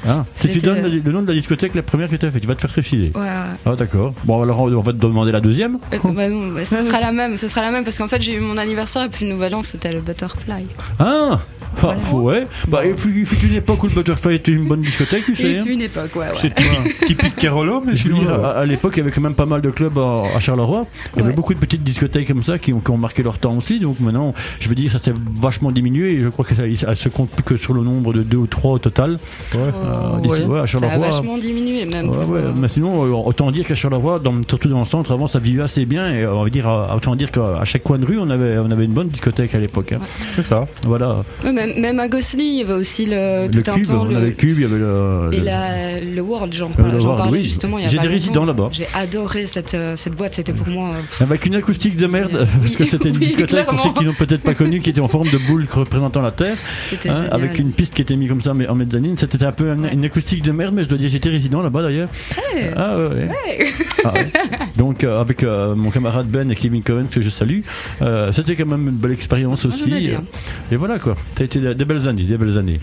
ah, Si tu J'étais- donnes le, le nom de la discothèque, la première que tu as fait, tu vas te faire refiler. euh. Ouais, ouais. Ah d'accord. Bon, alors on on va te demander la deuxième. Euh, bah non, bah, ce sera la même, ce sera la même parce qu'en fait j'ai eu mon anniversaire et puis le nouvel an c'était le Butterfly. Hein ah, faut- ouais. Bah, il fut, il fut une époque où le Butterfly était une bonne discothèque, tu sais. Il hein. fut une époque, ouais, ouais. C'est toi, typique Carolo, mais Je veux dire, à, à l'époque, il y avait quand même pas mal de clubs à, à Charleroi. Il y avait Ouais. beaucoup de petites discothèques comme ça qui ont, qui ont marqué leur temps aussi. Donc maintenant, je veux dire, ça s'est vachement diminué et je crois que ça, ça se compte plus que sur le nombre de deux ou trois au total. Euh, d'ici- ouais. ouais, à Ça a Charleroi. vachement diminué même. Ouais, pour, ouais. euh, Mais sinon, euh, autant dire qu'à Charleroi, dans, surtout dans le centre, avant ça vivait assez bien. Et euh, on va dire, euh, autant dire qu'à à chaque coin de rue, on avait, on avait une bonne discothèque à l'époque. hein. C'est ça. Voilà. ouais, même, même à Gossely, il y avait aussi le, le tout cube, un temps on avait le cube, il y avait le. Et le- la- le World, j'en Le j'en World, parlais oui. justement il y a J'ai pas des longtemps. résidents là-bas. J'ai adoré cette, euh, cette boîte, c'était pour moi. euh, pff, Avec une acoustique de merde, parce que oui, c'était une oui, discothèque pour ceux clairement. qui n'ont peut-être pas connu, qui était en forme de boule représentant la Terre, C'était hein, génial. avec une piste qui était mise comme ça mais en mezzanine. C'était un peu un- une acoustique de merde, mais je dois dire, j'étais résident là-bas d'ailleurs. Ah, ouais, ouais. Ah, ouais. Donc, euh, avec euh, mon camarade Ben et Kevin Cohen, que je salue, euh, c'était quand même une belle expérience aussi. euh, j'aimais bien. Et voilà quoi, ça a été des belles années, des belles années.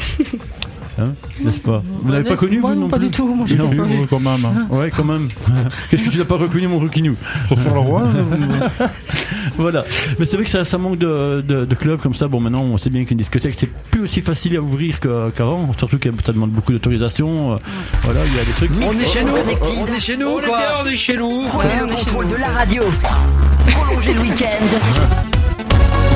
Hein, N'est-ce pas Vous n'avez pas connu Moi, vous non, non pas plus du tout. Moi, je Non. sais pas. Oui, quand même. hein. Ouais, quand même. Qu'est-ce que tu n'as pas reconnu, mon rouquinou Sur euh, Charleroi, Voilà. Mais c'est vrai que ça, ça manque de, de, de clubs comme ça. Bon, maintenant, on sait bien qu'une discothèque, c'est plus aussi facile à ouvrir que- qu'avant. Surtout que ça demande beaucoup d'autorisation. euh, Voilà, il y a des trucs. On est chez nous, on est chez nous, quoi. on est chez nous. Prenez on le est chez contrôle nous. de la radio. Prolongez le week-end.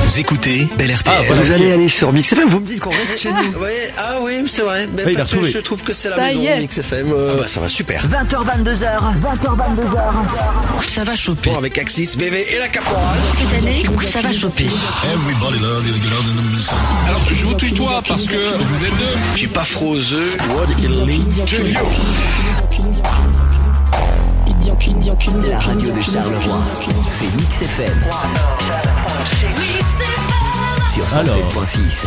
Vous écoutez Bel RTL. Vous allez aller sur Mix FM, vous me dites qu'on reste chez nous. Ouais, ah oui, c'est vrai. Mais Ah, il a parce que retrouvé. je trouve que c'est la Ça y maison est. Mix FM. euh, Ah bah, ça va super. 20h, 22h. 20h, 22h. Ça va choper. Avec Axis, VV et la Caporal. Cette année, ça va choper. Alors, je vous tutoie parce que vous êtes deux. Je suis pas froze. What il need to you. La radio de Charleroi. C'est Mix FM. Sur Alors. 107.6.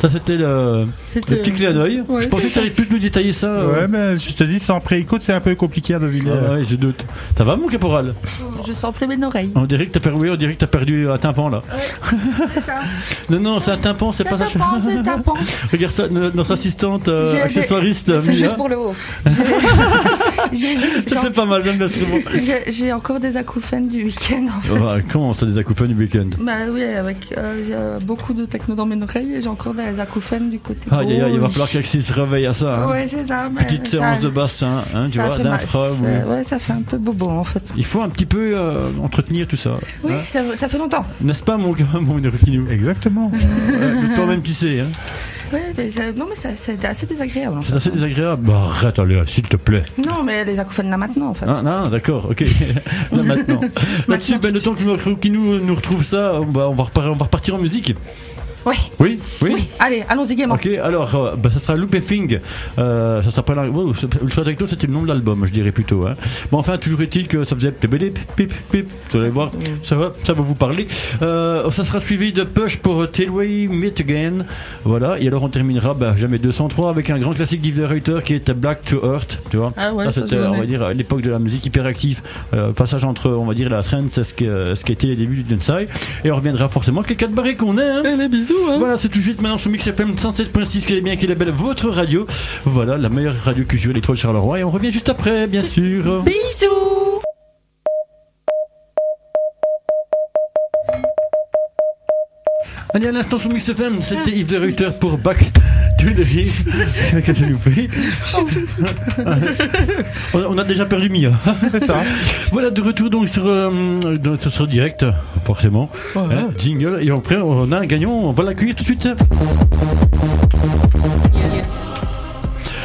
Ça, c'était le, C'était- le petit clin d'œil. Ouais, je pensais que tu allais plus nous détailler ça. Ouais, euh. mais je te dis, sans pré-écoute, c'est un peu compliqué à deviner. Ah ouais, je doute. Ça va, mon caporal Je sens plus mes oreilles. On dirait que t'as perdu, on dirait que t'as perdu euh, un tympan là. non, non, c'est un tympan, c'est pas ça. tapant, c'est tapant. Regarde ça, no- notre assistante euh, J'ai- j'ai- accessoiriste C'est Mia. hein. juste pour le haut. J'ai- j'ai- C'était pas mal, même l'instrument. J'ai j'ai encore des acouphènes du week-end en fait. Ouais, Comment ça des acouphènes du week-end Bah oui, avec euh, j'ai, euh, beaucoup de techno dans mes oreilles et j'ai encore des acouphènes du côté. Aïe aïe aïe, il va gauche. falloir qu'Axis se réveille à ça. hein. Ouais, c'est ça. mais Petite ça- séance de bassin, hein, tu ça vois, fait mal. d'infra. Ça- ouais. Ouais, ça fait un peu bobo en fait. Il faut un petit peu euh, entretenir tout ça. Oui, hein. ça, ça fait longtemps. N'est-ce pas, mon gars, mon Rukinou Exactement. Euh, Toi-même, tu sais. Hein. Ouais, mais ça- non, mais ça- c'est assez désagréable. en C'est fait. assez désagréable. Bah, arrête, allez, s'il te plaît. Non, mais les acouphènes là maintenant en fait. Hein, non, d'accord, ok. Là, maintenant. Là-dessus, Maintenant, bah, ben, le temps que notre Rukinou nous retrouve ça, on va, on, va repar- on va repartir en musique. Ouais. Oui, oui. Allez, allons-y gaiement. Ok, alors, euh, bah, ça sera Looping. Euh, ça s'appelle. un- wow, c'est- Ultra Techno, c'était le nom de l'album, je dirais plutôt. Hein. Bon, enfin, toujours est-il que ça faisait. pip, pip, pip. Vous allez voir, ça va, ça va vous parler. Euh, ça sera suivi de Push pour euh, Tailway Meet Again. Voilà, et alors on terminera, bah, jamais 203, avec un grand classique d'Yves de Reuter qui était Black to Earth. Tu vois, Ah ouais, ça ça, je c'était, on connais. va dire, à l'époque de la musique hyperactive. Euh, passage entre, on va dire, la trend, c'est ce que- ce qu'était les débuts du Densai. Et on reviendra forcément avec les 4 barrés qu'on est. Eh, Hein. les bisous. Voilà, c'est tout de suite maintenant sur Mix FM 107.6, qui est bien, qui est la belle, votre radio. Voilà, la meilleure radio culturelle électro de Charleroi. Et on revient juste après, bien sûr. Bisous Allez, à l'instant sur Mix FM, c'était Yves de Reuter pour Back to the Ring. Qu'est-ce que ça nous fait on, a, on a déjà perdu Mia. Oh. C'est ça. Voilà, de retour donc sur, euh, dans- sur- sur direct, forcément. Ouais. Hein, jingle. Et après, on a un gagnant, on va l'accueillir tout de suite.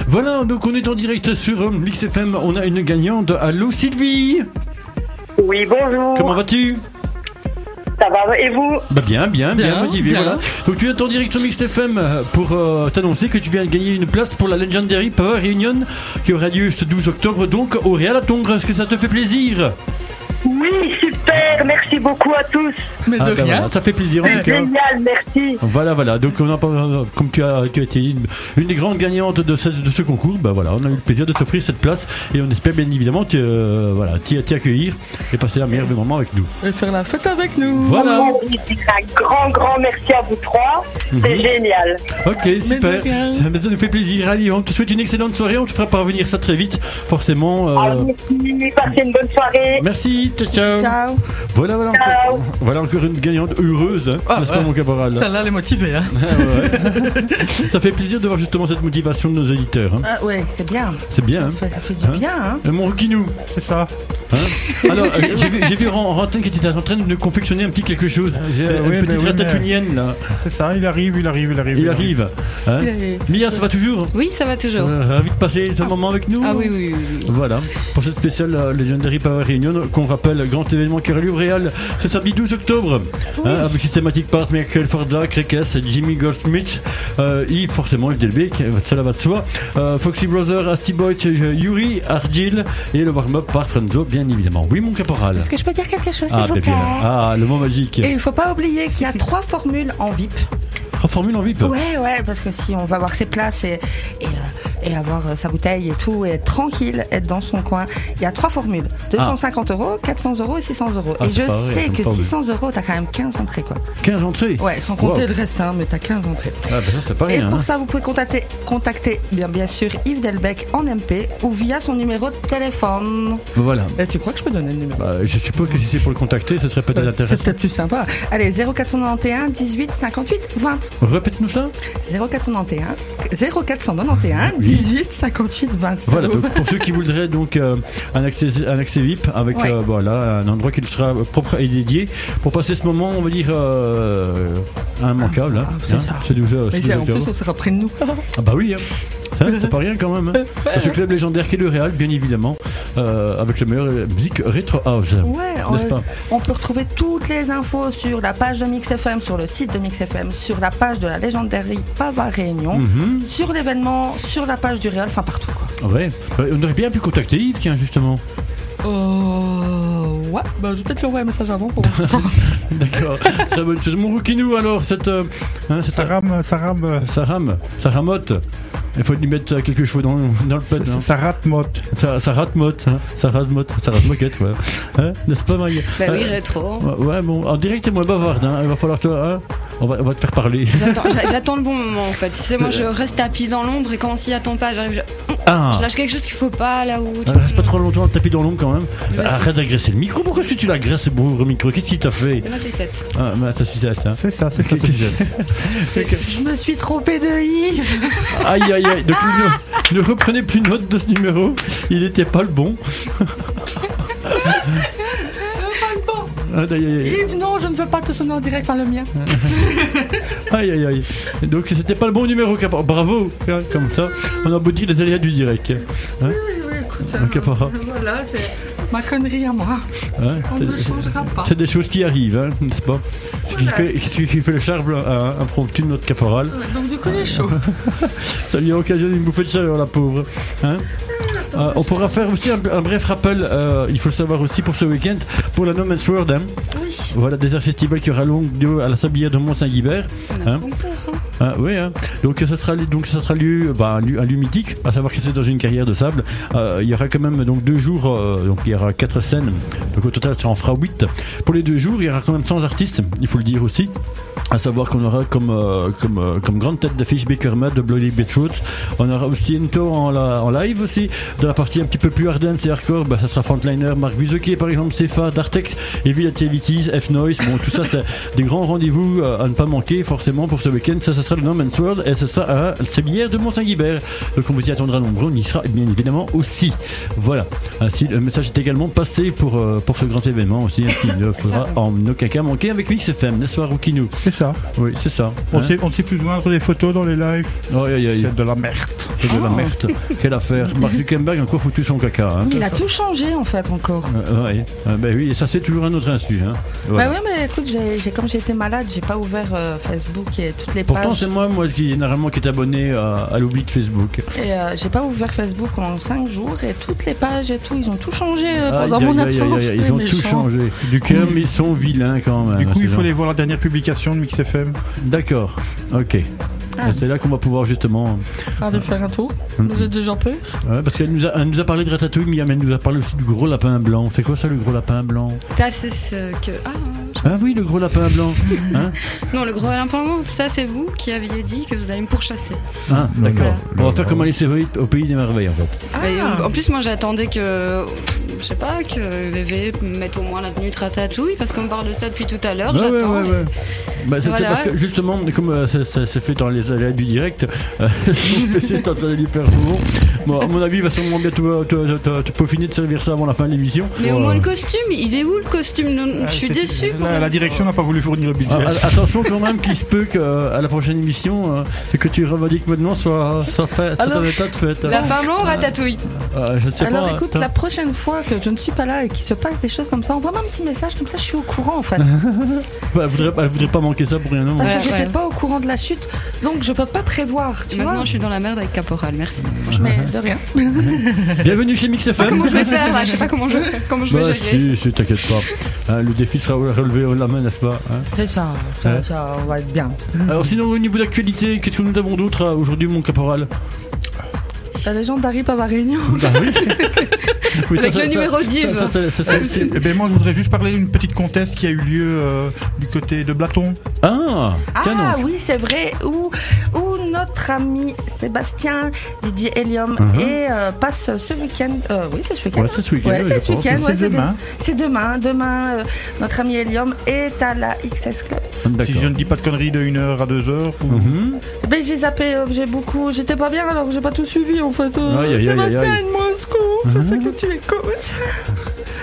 Voilà, donc on est en direct sur euh, Mix FM. On a une gagnante. Allô Sylvie Oui, bonjour. Comment vas-tu Ça va, et vous Bah bien, bien, bien, Bien, motivé, bien. voilà. Donc tu es en direct sur Mixed FM euh, pour euh, t'annoncer que tu viens de gagner une place pour la Legendary Power Reunion qui aura lieu ce 12 octobre donc au Real à Tongres. Est-ce que ça te fait plaisir Oui, super, merci beaucoup à tous. Mais Euh, Ah, bah, voilà, Ça fait plaisir en tout C'est cas. génial, merci. Voilà, voilà. Donc, on a, pas- euh, comme tu as, tu as été une, une des grandes gagnantes de ce, de ce concours, bah voilà, on a eu le plaisir de t'offrir cette place et on espère bien évidemment te, euh, voilà, t'y t'y accueillir et passer un merveilleux moment avec nous. Et faire la fête avec nous. Voilà. Vraiment, je dis Un grand, grand merci à vous trois. C'est Mhm. génial. Ok, super. Ça, ça nous fait plaisir. Allez, on te souhaite une excellente soirée. On te fera parvenir ça très vite, forcément. euh, Ah, merci, passez une bonne soirée. Merci, ciao, ciao. Ciao. Voilà, voilà. Ciao. Encore, voilà encore une gagnante heureuse, hein, n'est-ce pas, ouais. mon caporal Celle-là, elle est motivée. Hein. Ah, ouais. Ça fait plaisir de voir justement cette motivation de nos auditeurs. hein. Ah ouais, c'est bien. C'est bien. hein. Ça, ça fait du bien, hein. Euh, Mon Rouquinou. C'est ça. Alors, euh, j'ai vu, j'ai vu Ran- Rantin qui était en train de confectionner un petit quelque chose. Euh, une ouais, petite mais oui, mais- ratatouinienne, là. C'est ça, il arrive, il arrive, il arrive. Il arrive. hein. Mia, ça va toujours Oui, ça va toujours. Euh, ravi de passer ce moment avec nous. Ah oui, oui, oui, oui. Voilà, pour cette spéciale euh, Legendary Power Reunion, qu'on rappelle, grand événement qui aura lieu au Real ce samedi 12 octobre, hein, avec systématique Pass, Michael Forda, Krekes, Jimmy Goldsmith, euh, et forcément FDLB, qui- cela va de soi, euh, Foxy Brothers, Asti Boyd, euh, Yuri, Argil, et le warm-up par Franzo, bien évidemment. Oui, mon caporal. Est-ce que je peux dire quelque chose, s'il Ah, vous bébé, plaît ah, le mot magique. Et il faut pas oublier qu'il y a trois formules en VIP. Trois formules Oh, en VIP. Ouais, ouais, parce que si on va avoir ses places et, et, euh, et avoir euh, sa bouteille et tout, et être tranquille, être dans son coin, il y a trois formules 250 euros, 400 euros et 600 euros. Ah, et c'est je pas vrai, sais j'aime que pas, mais- 600 euros, t'as quand même 15 entrées, quoi. 15 entrées Ouais, sans compter Wow. le reste, hein, mais t'as 15 entrées. Ah, bah ça, c'est pas Et rien. pour hein. ça, vous pouvez contacter, contacter bien, bien sûr Yves Delbecq en MP ou via son numéro de téléphone. Voilà. Et Eh, tu crois que je peux donner le numéro Bah, je suppose que si c'est pour le contacter, ce serait peut-être C'est intéressant. peut-être plus sympa. Allez, 0491 18 58 20. Répète-nous ça. 0491 0491 18 58 20. Ah Voilà, donc pour ceux qui voudraient donc euh, un, accès, un accès VIP avec Ouais. euh, voilà, un endroit qui leur sera propre et dédié pour passer ce moment, on va dire, euh, immanquable. hein, Ah, c'est hein, ça. ce 12 heures, ce Mais 12 c'est- en octobre. plus, on sera près de nous. Ah bah oui, hein. Ça, c'est pas rien quand même. hein. Ce club légendaire qui est le Real, bien évidemment, euh, avec la meilleure musique Retro House. Ouais, on, n'est-ce pas on peut retrouver toutes les infos sur la page de MixFM, sur le site de MixFM, sur la page de la légendaire Pava Réunion, Mhm. sur l'événement, sur la page du Real, enfin partout. quoi. Ouais. Euh, On aurait bien pu contacter Yves, tiens, justement. Oh, ouais, bah, je vais peut-être lui envoyer un message avant pour voir. D'accord. Très bonne chose. Mon rouquinou, alors, cette. euh, hein, cette ça rame, ça rame. Ça rame, ça ramote. Il faut lui mettre euh, quelques chevaux dans, dans le pet. Ça- hein. Ça rate motte. Ça, ça rate motte, hein. ça rate motte, ça rate moquette, ouais. Hein, N'est-ce pas, Marie Bah oui, Euh, rétro. Ouais, ouais, bon, en direct, t'es moins bavarde, hein. il va falloir toi, hein. on, va, on va te faire parler. J'attends- j'a- J'attends le bon moment en fait. Tu sais, moi je reste tapis dans l'ombre et quand on s'y attend pas, j'arrive. Je... Euh. Ah. je lâche quelque chose qu'il faut pas là-haut. Ah, Reste pas trop longtemps, tapis dans l'ombre quand même. Vas-y. Arrête d'agresser le micro, pourquoi est-ce que tu l'agresses, ce pauvre micro Qu'est-ce qu'il t'a fait Là, c'est 7. ah, bah, ça suffit, hein. C'est ça, c'est ça, Je me suis trompée de Yves. Aïe aïe aïe, donc ne, ne reprenez plus note de ce numéro, il était pas le bon. Ah, d'ailleurs, aïe, Yves, non, je ne veux pas te sonner en direct, enfin le mien. aïe aïe aïe. Donc c'était pas le bon numéro, Capara. bravo, hein, comme ça, on a beau dire les aléas du direct. hein. Oui, écoute, Un capara. voilà, c'est. euh, ma connerie à moi. Hein, On c'est- ne changera pas. C'est des choses qui arrivent, hein, n'est-ce pas Ce qui fait, ce qui fait le charme euh, impromptu de notre caporal. Donc du coup, il est chaud. Ça lui a occasionné une bouffée de chaleur, la pauvre. Hein Euh, on pourra faire aussi un, un bref rappel, euh, il faut le savoir aussi pour ce week-end, pour la No Man's World. hein. Voilà, Desert Festival qui aura lieu à la Sablière de Mont-Saint-Guibert. hein. Ah, oui, hein. donc euh, ça sera li- donc ça sera lieu, bah, un lieu, un lieu mythique, à savoir que c'est dans une carrière de sable. Euh, il y aura quand même donc deux jours, euh, donc il y aura quatre scènes. Donc au total, ça en fera 8 Pour les deux jours, il y aura quand même 100 artistes. Il faut le dire aussi. À savoir qu'on aura comme euh, comme euh, comme grande tête d'affiche Baker Matt de Bloody Beetroot. On aura aussi Ento en, la- en live aussi. Dans la partie un petit peu plus hardance et hardcore, bah, ça sera Frontliner, Marc Buzoki par exemple, Cefa, Dartex, Evil Activities, F-Noise. Bon, tout ça, c'est des grands rendez-vous euh, à ne pas manquer forcément pour ce week-end. Ça, ça sera le No Man's World et ce sera à la séminaire de Mont-Saint-Guibert. Donc on vous y attendra nombreux, on y sera bien évidemment aussi. Voilà. Ainsi, le message est également passé pour, euh, pour ce grand événement aussi. hein, qu'il ne faudra en aucun cas manquer avec XFM, n'est-ce pas, Rukinu C'est ça. Oui, c'est ça. On Hein sait, on sait plus joindre les photos dans les lives. C'est de la merde. C'est de la Oh. merde. Quelle affaire. Mark Zuckerberg a encore foutu son caca. hein. Il a tout changé en fait encore. Euh, ouais. Euh, ben oui, et ça c'est toujours un autre insu. Hein. Voilà. Bah oui, mais écoute, j'ai, j'ai- comme j'étais malade, j'ai pas ouvert euh, Facebook et toutes les Pourtant pages. c'est moi, moi qui généralement qui est abonné à, à l'oubli de Facebook. Et euh, j'ai pas ouvert Facebook en 5 jours et toutes les pages et tout, ils ont tout changé euh, pendant Aïe, mon aïe, aïe, absence. aïe, aïe, ils Les ont tout méchants. changé. Du cœur, mais ils sont vilains quand même. hein, Du coup, il faut gens. aller voir la dernière publication de MixFM. D'accord. Ok. Ah. Et C'est là qu'on va pouvoir justement. Ah, de faire un tour. Mm. Vous êtes déjà peur Ouais, parce qu'elle nous, a- elle nous a parlé de ratatouille, mais elle nous a parlé aussi du gros lapin blanc. C'est quoi ça le gros lapin blanc Ça, c'est ce que. Ah, Ah oui, le gros lapin blanc. Hein non, le gros lapin, ça, c'est vous qui aviez dit que vous allez me pourchasser. Ah, d'accord. On va faire comme Alice Evoïde au pays des merveilles en fait. Et Bah, en, en plus, moi, j'attendais que, je sais pas, que VV mette au moins la tenue de ratatouille, parce qu'on me parle de ça depuis tout à l'heure. Ouais, j'attends. ouais, ouais, ouais. Bah, c'est Voilà. c'est parce que justement, comme euh, ça, ça s'est fait dans les aléas du direct, euh, mon PC est en train de lui faire bon. Bon, à mon avis, il va sûrement bientôt euh, te, te, te- te peaufiner de servir ça avant la fin de l'émission. Mais au moins le costume, il est où le costume Non, Ah, Je suis c'est- déçue. quand La, même. la direction n'a pas voulu fournir le budget. Ah, ah, attention quand même qu'il se peut qu'à la prochaine émission, euh, ce que tu revendiques maintenant soit, soit, fait, soit Alors, un état de fait. Lapin blanc ou ratatouille Euh, je sais Alors pas. écoute, attends. la prochaine fois que je ne suis pas là et qu'il se passe des choses comme ça, envoie-moi un petit message, comme ça je suis au courant en fait. Bah, elle, voudrait, elle voudrait pas manquer ça pour rien. non Parce que j'étais pas au courant de la chute, donc je peux pas prévoir. Tu Maintenant, vois je suis dans la merde avec Caporal, merci. Mais de rien. Bienvenue chez Mix FM. Ah, Comment je vais faire là Je sais pas comment je, comment je vais Bah, gérer. si, si, t'inquiète pas. Hein, le défi sera relevé au la main, n'est-ce pas hein C'est ça, Ouais. ça, ça va être bien. Alors sinon au niveau d'actualité, qu'est-ce que nous avons d'autre euh, aujourd'hui mon caporal La légende d'Harry pas ma réunion. Bah oui. Oui, Ah Avec le numéro d'Yves. ça, ça, ça, ça, Eh, c'est- eh ben moi, je voudrais juste parler d'une petite conteste qui a eu lieu euh, du côté de Blaton. Ah, Ah oui, c'est vrai, où, où notre ami Sébastien Didier Helium Mhm. et, euh, passe ce week-end. euh, oui, c'est ce week-end. Ouais, c'est ce week-end, Ouais, oui, c'est je ce pense. week-end, C'est ouais, demain. C'est demain. Demain, euh, notre ami Helium est à la XS Club. Si je ne dis pas de conneries de 1h à 2h. Mhm. Ben, j'ai zappé, euh, j'ai beaucoup. J'étais pas bien alors j'ai pas tout suivi en fait. Euh, Aïe, aïe, aïe, Sébastien, aïe, aïe. aide-moi au secours. Je Mhm. sais que tu es coach.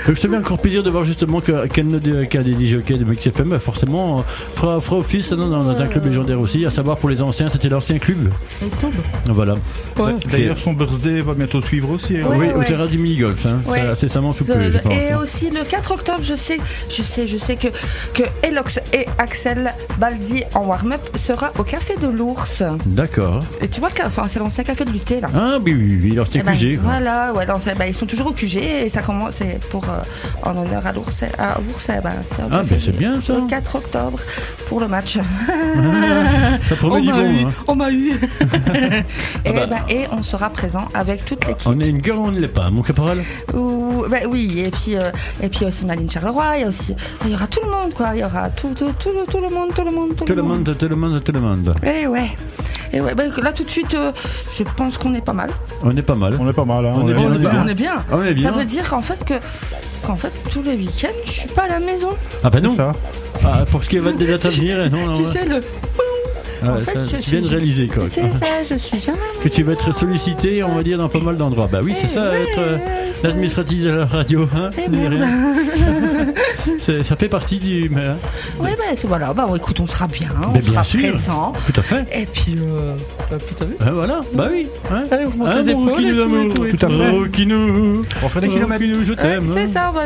Donc Euh, ça fait encore plaisir de voir justement que- qu'elle ne dé- qu'un des jockeys de Mix FM euh, forcément euh, fera, fera office dans, dans- dans un club légendaire aussi, à savoir pour les anciens, c'était l'ancien club. Voilà. Ouais. Ok. D'ailleurs, son birthday va bientôt suivre aussi. hein. oui, Ouais, au ouais. terrain du mini-golf, hein. Ouais. ça, incessamment sous peu, Le- je pense. Euh, et hein. aussi le 4 octobre, je sais, je sais, je sais que, que Elox et Axel Baldi en warm-up sera au Café de l'Ours. D'accord. Et tu vois, le ca- c'est l'ancien Café de Luté là. Ah oui, oui, oui, alors t'es Eh ben, QG. quoi. Voilà, ouais, non, c'est- bah, ils sont toujours au QG et ça commence c'est pour euh, en honneur à l'ours. À ours, eh ben, c'est au Ah, Café ben, c'est bien, ça. Le 4 octobre pour le match. Ça promet on du m'a bon, eu, hein. On m'a eu. et, Ah bah. ben, et on sera présent avec toute l'équipe. On est une gueule, on ne l'est pas, mon caporal. Ou- bah oui, et puis euh, et puis aussi Maline Charleroi, il y a aussi il y aura tout le monde quoi, il y aura tout tout tout le- tout le monde, tout le monde, tout, Tout le monde, tout le monde, tout le monde. Eh ouais. Et ouais, bah, là tout de suite, euh, je pense qu'on est pas mal. On est pas mal. On est pas mal. hein. On est bien, on, est on est bien. bien. Ah, on est bien. On est bien. Ça veut dire qu'en fait que qu'en fait tous les week-ends, je suis pas à la maison. Ah bah non Ah, Pour ce qui va des dates à venir, non, non, tu ouais. sais le. Ah, en fait, ça, je tu suis- viens de réaliser quoi. C'est ça, je suis jamais. Que tu vas être sollicité, on va dire, dans pas mal d'endroits. Bah oui, c'est ça, être, euh, l'administratif de la radio. Hein, Eh ne dit merde. rien. C'est- ça fait partie du. mais, hein. Ouais, bah, c'est- voilà, bah, écoute, on sera bien, on Mais bien sera sûr. présent. Tout à fait. Et puis, euh, bah, putain, oui. Ah, voilà, bah oui. Hein, Allez, vous montez les épaules et tout, et tout, et Tout à tout. fait. Rokinou. On fait des kilomètres. je t'aime. Ouais, c'est ça, on va,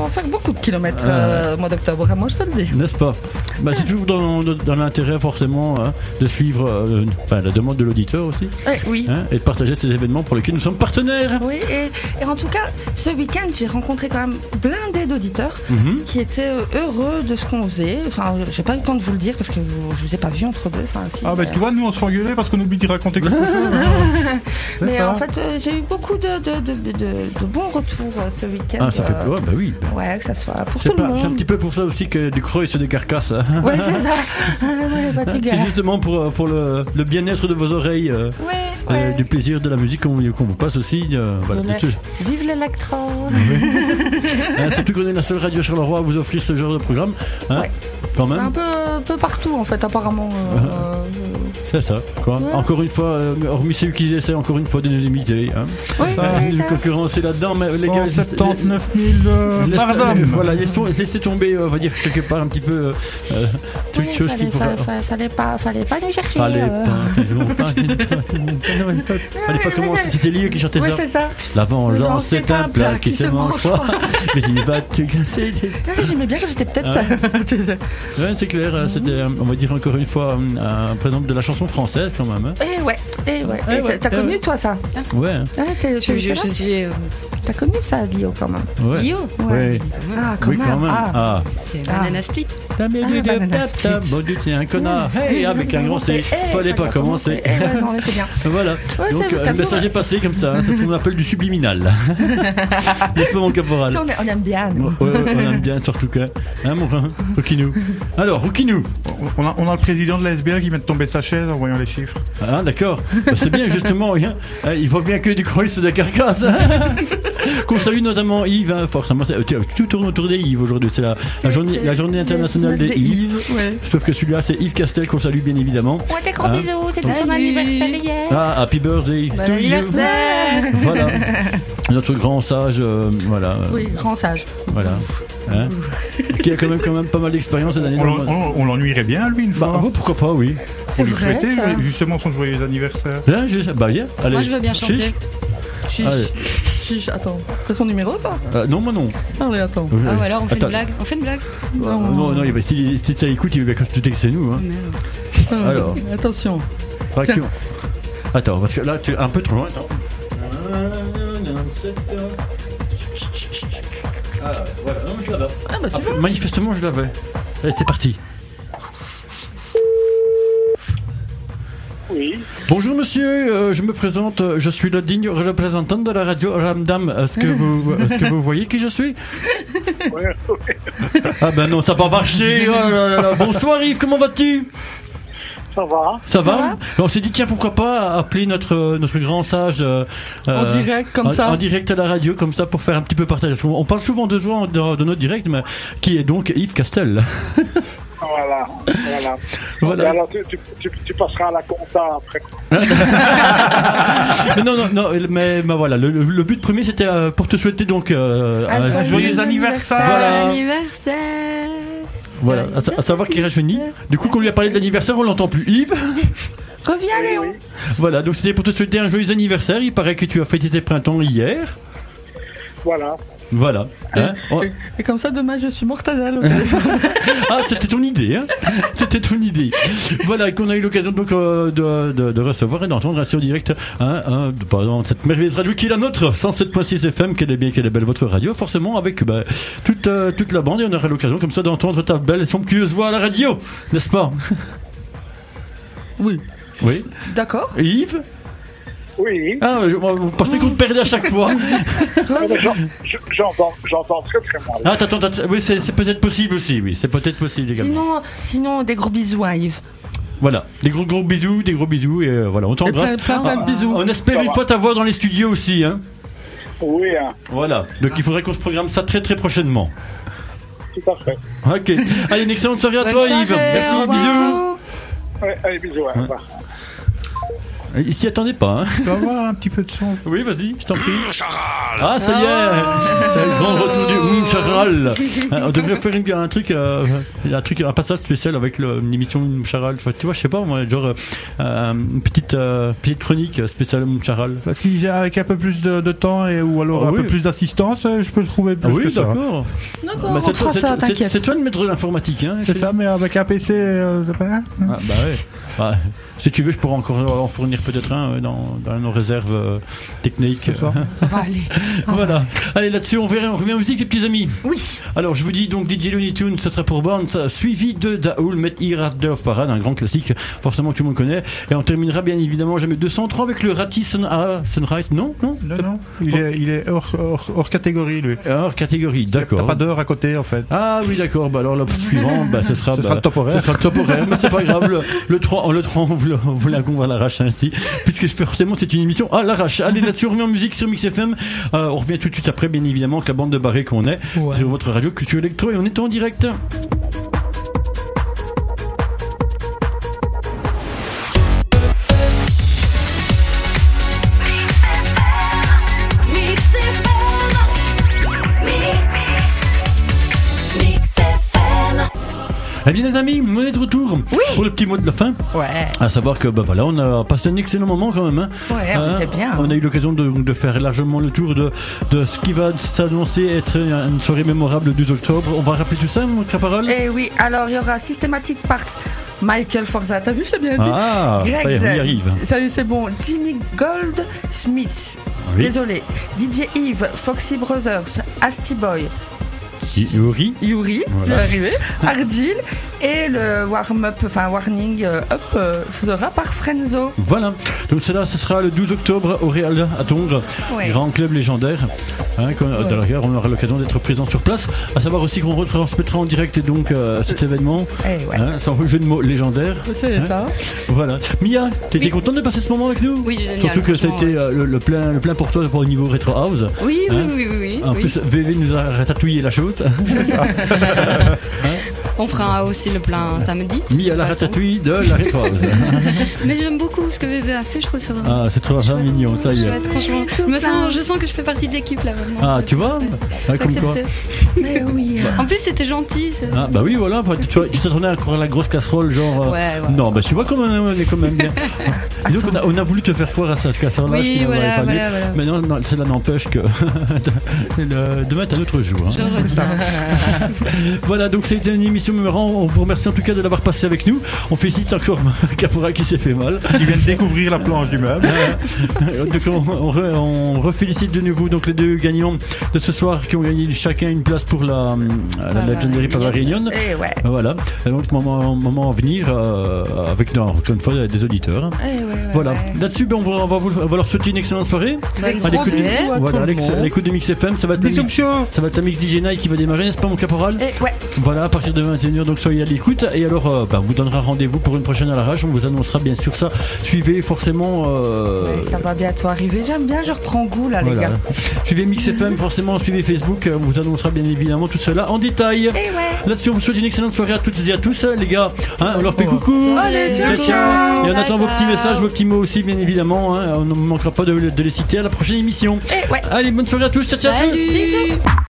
on va faire beaucoup de kilomètres Euh. euh, au mois d'octobre, moi je te le dis. N'est-ce pas bah, C'est toujours dans, dans l'intérêt forcément hein, de suivre euh, enfin, la demande de l'auditeur aussi. Ouais, oui. Hein, et de partager ces événements pour lesquels nous sommes partenaires. Oui, et, et en tout cas, ce week-end, j'ai rencontré quand même blindé d'auditeurs Mhm. qui étaient euh, heureux de ce qu'on faisait. Enfin, j'ai pas eu le temps de vous le dire parce que vous- je vous ai pas vu entre deux. Enfin, si, Ah bah mais- tu vois, nous on se fait engueuler parce qu'on oublie de raconter Ah. quelque chose. hein. C'est Mais ça. en fait, euh, j'ai eu beaucoup de, de, de, de- de bons retours euh, ce week-end. Ah, ça fait euh, peur, bah oui. Ouais, que ça soit pour C'est tout le pas- c'est un monde. petit peu pour ça aussi que du creux il se décarcasse. hein. Ouais, c'est ça. Ah, ouais, Hein, fatigué. C'est justement pour, euh, pour le, le bien-être de vos oreilles, euh, Ouais, euh, ouais. du plaisir de la musique qu'on qu'on vous passe aussi. euh, voilà, Mais- tout- Vive l'électro Hein, surtout qu'on est la seule radio Charleroi à vous offrir ce genre de programme. hein, Quand même. Un peu, un peu partout en fait, apparemment. euh, C'est ça, quoi. Ouais. Encore une fois, euh, hormis ceux qui essaient encore une fois de nous imiter. Hein. Oui, Ah, oui, une ça. concurrence est là-dedans, mais les gars. Oh, laisse- 79 000 euh, laisse- pardon. Voilà, laissons- laissez, tomber, euh, on va dire quelque part un petit peu euh, euh, toute ouais, chose qui fallait, pourra. fallait, fallait- fallait pas, fallait pas nous chercher. Fallait euh. pas, fallait pas, fallait pas, fallait pas commencer. C'était Lieu qui chantait Oui, ça. c'est ça. La vengeance, c'est un plat qui se mange froid. Mais il va te casser les Ah, J'aimais bien quand j'étais Ah. peut-être. Ouais, c'est clair, euh, c'était, euh, on va dire encore une fois, euh, un présent de la chanson française quand même. hein. Eh ouais, eh ouais. Eh Eh, ouais, T'as eh connu ouais. toi ça Ouais. hein. Ah, Je, t'es- t'es- je- t'es je là suis. euh, T'as connu ça, Lio, quand même Ouais. Lio Ouais. Ah, quand oui, même. quand même. Ah. C'est Ah. Banana Split. Ta mélodie de banana tap, tap, split. Bon Dieu, t'es un connard. Hey, avec un grand C. Eh, Fallait pas fallait commencer. Eh ouais, non, on était bien. Voilà. Ouais, Donc c'est- euh, t'as le message vu, est passé comme ça. hein. C'est ce qu'on appelle du subliminal. N'est-ce pas mon caporal Tu sais, On, est- on aime bien, nous. Ouais, ouais, on aime bien surtout que. Hein mon frère Rouquinou. Alors Rouquinou. On a, on a le président de la SBA qui vient de tomber de sa chaise en voyant les chiffres. Ah d'accord. Bah, c'est bien justement. hein. Euh, Il voit bien que du Kreuz de la carcasse. Qu'on salue notamment Yves. hein, forcément, c'est- tiens, tout tourne autour des Yves aujourd'hui. C'est la, la journée, c'est- la journée internationale des, des Yves. Ouais. Sauf que celui-là c'est Yves Castel qu'on salue bien évidemment. Ouais, des gros Hein bisous, c'était son Salut. anniversaire hier. Ah, happy birthday Bon to you. anniversaire Voilà. Notre grand sage, euh, voilà. euh, Oui, grand sage. voilà. Hein qui a quand même, quand même pas mal d'expérience cette année. On dans le- l'en- on- on l'ennuierait bien lui une Bah, fois. ouais, pourquoi pas, oui. Faut lui vrai, souhaiter ça. justement son joyeux anniversaire. Là, je... Bah, yeah, allez. Moi, je veux bien Chiche chanter. Allez. hein. Chiche. Chiche, attends. C'est son numéro, toi Euh, non, moi non. Euh, Allez, attends. Ah ouais, alors on fait Attends. une blague. On fait une blague. Euh, non, non, il va, si, si ça écoute, il va bien que c'est nous. Hein. Oh, merde. Alors. Attention. Faudrait que- Attends, parce que là, tu es un peu trop loin. Attends. Ah, voilà, non, je l'avais. Ah, bah, tu Ah, manifestement, je l'avais. Allez, c'est parti. Oui, Bonjour monsieur, euh, je me présente, euh, je suis le digne représentant de la radio Ramdam. Est-ce que vous, est-ce que vous voyez qui je suis ouais, ouais. Ah ben non, ça n'a pas marché. oh là là là. Bonsoir Yves, comment vas-tu ça va. Ça va On s'est dit tiens pourquoi pas appeler notre notre grand sage euh, En direct, comme en- ça. en direct à la radio comme ça pour faire un petit peu partage. Parce qu'on- on parle souvent de toi dans, dans notre direct, mais qui est donc Yves Castel Voilà, voilà. Voilà. Et alors, tu, tu, tu, tu passeras à la compta après. Mais non non non, mais, mais voilà, le, le- le but premier c'était euh, pour te souhaiter donc euh, Ah, un joyeux joyeux Bon anniversaire. Voilà. anniversaire Voilà, à, sa- à savoir qu'il rajeunit. Du coup, quand on lui a parlé de l'anniversaire, on l'entend plus. Yves Reviens, Léon. Voilà, donc c'était pour te souhaiter un joyeux anniversaire. Il paraît que tu as fêté tes printemps hier. Voilà. Voilà. hein. On- Et comme ça, demain, je suis mortadelle au téléphone. Ah, c'était ton idée, hein C'était ton idée. Voilà, et qu'on a eu l'occasion donc euh, de, de- de recevoir et d'entendre ainsi en direct hein, hein, de- bah, dans cette merveilleuse radio qui est la nôtre, 107.6 FM, qu'elle est bien, qu'elle est belle votre radio, forcément avec bah, toute, euh, toute la bande et on aura l'occasion comme ça d'entendre ta belle et somptueuse voix à la radio, n'est-ce pas Oui. Oui. D'accord. Et Yves Oui, Ah, je, moi, vous pensez qu'on te perdait à chaque fois. Non, mais j'en- je- j'entends j'entends très très mal. Ah, t'attends, t'attends. Oui, c'est c'est peut-être possible aussi, oui. C'est peut-être possible également. Sinon, sinon, des gros bisous à Yves. Voilà. Des gros, gros bisous, des gros bisous, et euh, voilà, on t'embrasse. Ah, Et plein, plein, plein de bisous. On espère Ça une va. fois t'avoir dans les studios aussi, hein. Oui, hein, Voilà. Donc il faudrait qu'on se programme ça très, très prochainement. tout à fait. Ok. Allez, une excellente soirée à Bonne toi, soirée, Yves. Merci, au revoir. bisous. Ouais, allez, bisous, hein, au revoir. Il s'y attendait pas. Hein. Tu vas avoir un petit peu de son. Oui, vas-y, je t'en prie. Ah, ça y est Oh. C'est le grand retour du Hum Charal Ah, On devrait faire une- un truc, euh, un truc, un passage spécial avec le- l'émission Hum Charal. Enfin, tu vois, je sais pas, moi, genre euh, une petite, euh, petite chronique spéciale Hum Charal. Bah, si j'ai avec un peu plus de, de temps et ou alors Ah un oui. peu plus d'assistance, euh, je peux trouver plus Ah oui, que ça. d'accord. D'accord, Bah, on c'est toi- fera c'est ça, toi- c'est- t'inquiète. c'est toi le maître de l'informatique, hein C'est ça, mais avec un PC, euh, c'est pas grave. Ah, bah ouais. Bah, si tu veux, je pourrais encore en fournir peut-être un euh, dans, dans nos réserves euh, techniques. Ah Ça va aller. voilà. Allez, là-dessus, on verra, on revient en musique, les petits amis. Oui. Alors, je vous dis donc DJ Looney Tunes, ce sera pour Barnes, suivi de Daoul, Met Here After of Parade, un grand classique, forcément que tout le monde connaît. Et on terminera bien évidemment jamais 203 avec le Ratty Sun- ah, Sunrise. Non, non, non, non. Il est, il est hors, hors- hors catégorie, lui. Hors catégorie, d'accord. T'as pas d'heure à côté, en fait. Ah oui, d'accord. Bah alors, le suivant, bah, ce sera, Ce bah, sera le top horaire. ce sera le top horaire, mais c'est pas grave. Le, le 3, oh, le 3 on vous le- on vous l'a- on va l'arracher ainsi. Puisque forcément, c'est une émission à l'arrache. Allez, là-dessus, on revient en musique sur Mix FM. Euh, on revient tout de suite après, bien évidemment, avec la bande de barrés qu'on est. Sur votre radio Culture Electro et on est en direct. Mix FM. Mix. Mix FM. Eh bien les amis, on est de retour pour le petit mot de la fin. Ouais. À savoir que bah voilà, on a passé un excellent moment quand même. hein. Ouais, on était bien. hein. On a eu l'occasion de, de faire largement le tour de, de ce qui va s'annoncer être une soirée mémorable le 12 octobre. On va rappeler tout ça, mon parole. Eh oui, alors il y aura Systematic Parts, Michael Forza, t'as vu, je l'ai bien dit. Ah, Greg ça y est, on y Zell. arrive. Ça y est, c'est bon. Jimmy Gold Smith, Oui. désolé. DJ Yves, Foxy Brothers, Asty Boy, Yuri. Yuri, Voilà. j'y vais arriver, Ardil et le warm-up, enfin warning euh, up, euh, sera par Frenzo. Voilà, donc cela ce sera le 12 octobre au Real à Tongres, Ouais. grand club légendaire. Hein, qu'on- Ouais. D'ailleurs, on aura l'occasion d'être présent sur place. À savoir aussi qu'on retransmettra en direct et donc euh, cet événement. Eh ouais. Hein, sans jeu de mots légendaire. hein. C'est ça. Voilà. Mia, t'étais contente de passer ce moment avec nous Oui, génial, Surtout que franchement, c'était euh, le, le plein, le plein pour toi pour au niveau Retro House. Oui, oui, oui, oui, oui, Hein En oui. plus, VV nous a ratatouillé la chose. On fera aussi le plein samedi. Mia la ratatouille de la Retro House. Mais j'aime beaucoup ce que bébé a fait, je trouve ça vraiment. ah, c'est trop ça, mignon, ça y est. Franchement, je, me sens, je sens que je fais partie de l'équipe là vraiment. Ah, tu vois Ah, Comme quoi. Accepté. Mais oui. En plus, c'était gentil. c'est- Ah bah oui voilà, enfin, tu- tu tu t'attendais à courir la grosse casserole genre... euh, Ouais, Non bah tu vois comme on est quand même bien. Dis donc, on, a, on a voulu te faire croire à cette casserole là, Oui, voilà, voilà, voilà. Mais non, non, cela n'empêche que le- demain est un autre jour. hein. voilà donc c'était une émission mémorable, on vous remercie en tout cas de l'avoir passé avec nous. On félicite encore Capora qui s'est fait mal. Qui vient de découvrir la planche du meuble. Euh, donc on, on re- on refélicite de nouveau donc les deux gagnants de ce soir qui ont gagné chacun une place pour la, euh, la, la Legendary Power Reunion. Euh, Eh ouais. Voilà. Et donc moment, moment à venir euh, avec non, encore une fois des auditeurs. voilà. Là-dessus, ben, on, va, on va vous- on va leur souhaiter une excellente soirée. Bah, À gros l'écoute du- bisous à tout voilà, le à l'ex- monde. à l'écoute de Mix FM, ça va être la mix- ça va être la mix DJ Night qui va démarrer, n'est-ce pas mon caporal Eh ouais. Voilà, à partir de 21h, donc soyez à l'écoute. Et alors, euh, ben, on vous donnera rendez-vous pour une prochaine à l'arrache. On vous annoncera bien sûr ça. Suivez forcément. euh, Ça va bientôt arriver, j'aime bien, je reprends goût là, les voilà. gars. Suivez Mix FM, forcément, suivez Facebook, euh, on vous annoncera bien évidemment tout cela en détail. Là-dessus, on vous souhaite une excellente soirée à toutes et à tous, euh, les gars. Hein, on leur fait coucou. Allez, Ciao, ciao. ciao. Et on Ciao, attend vos petits messages, vos petits mots aussi, bien évidemment. Eh hein. On ne manquera pas de, de les citer à la prochaine émission. Allez, bonne soirée à tous. Ciao, ciao. à tous. Salut.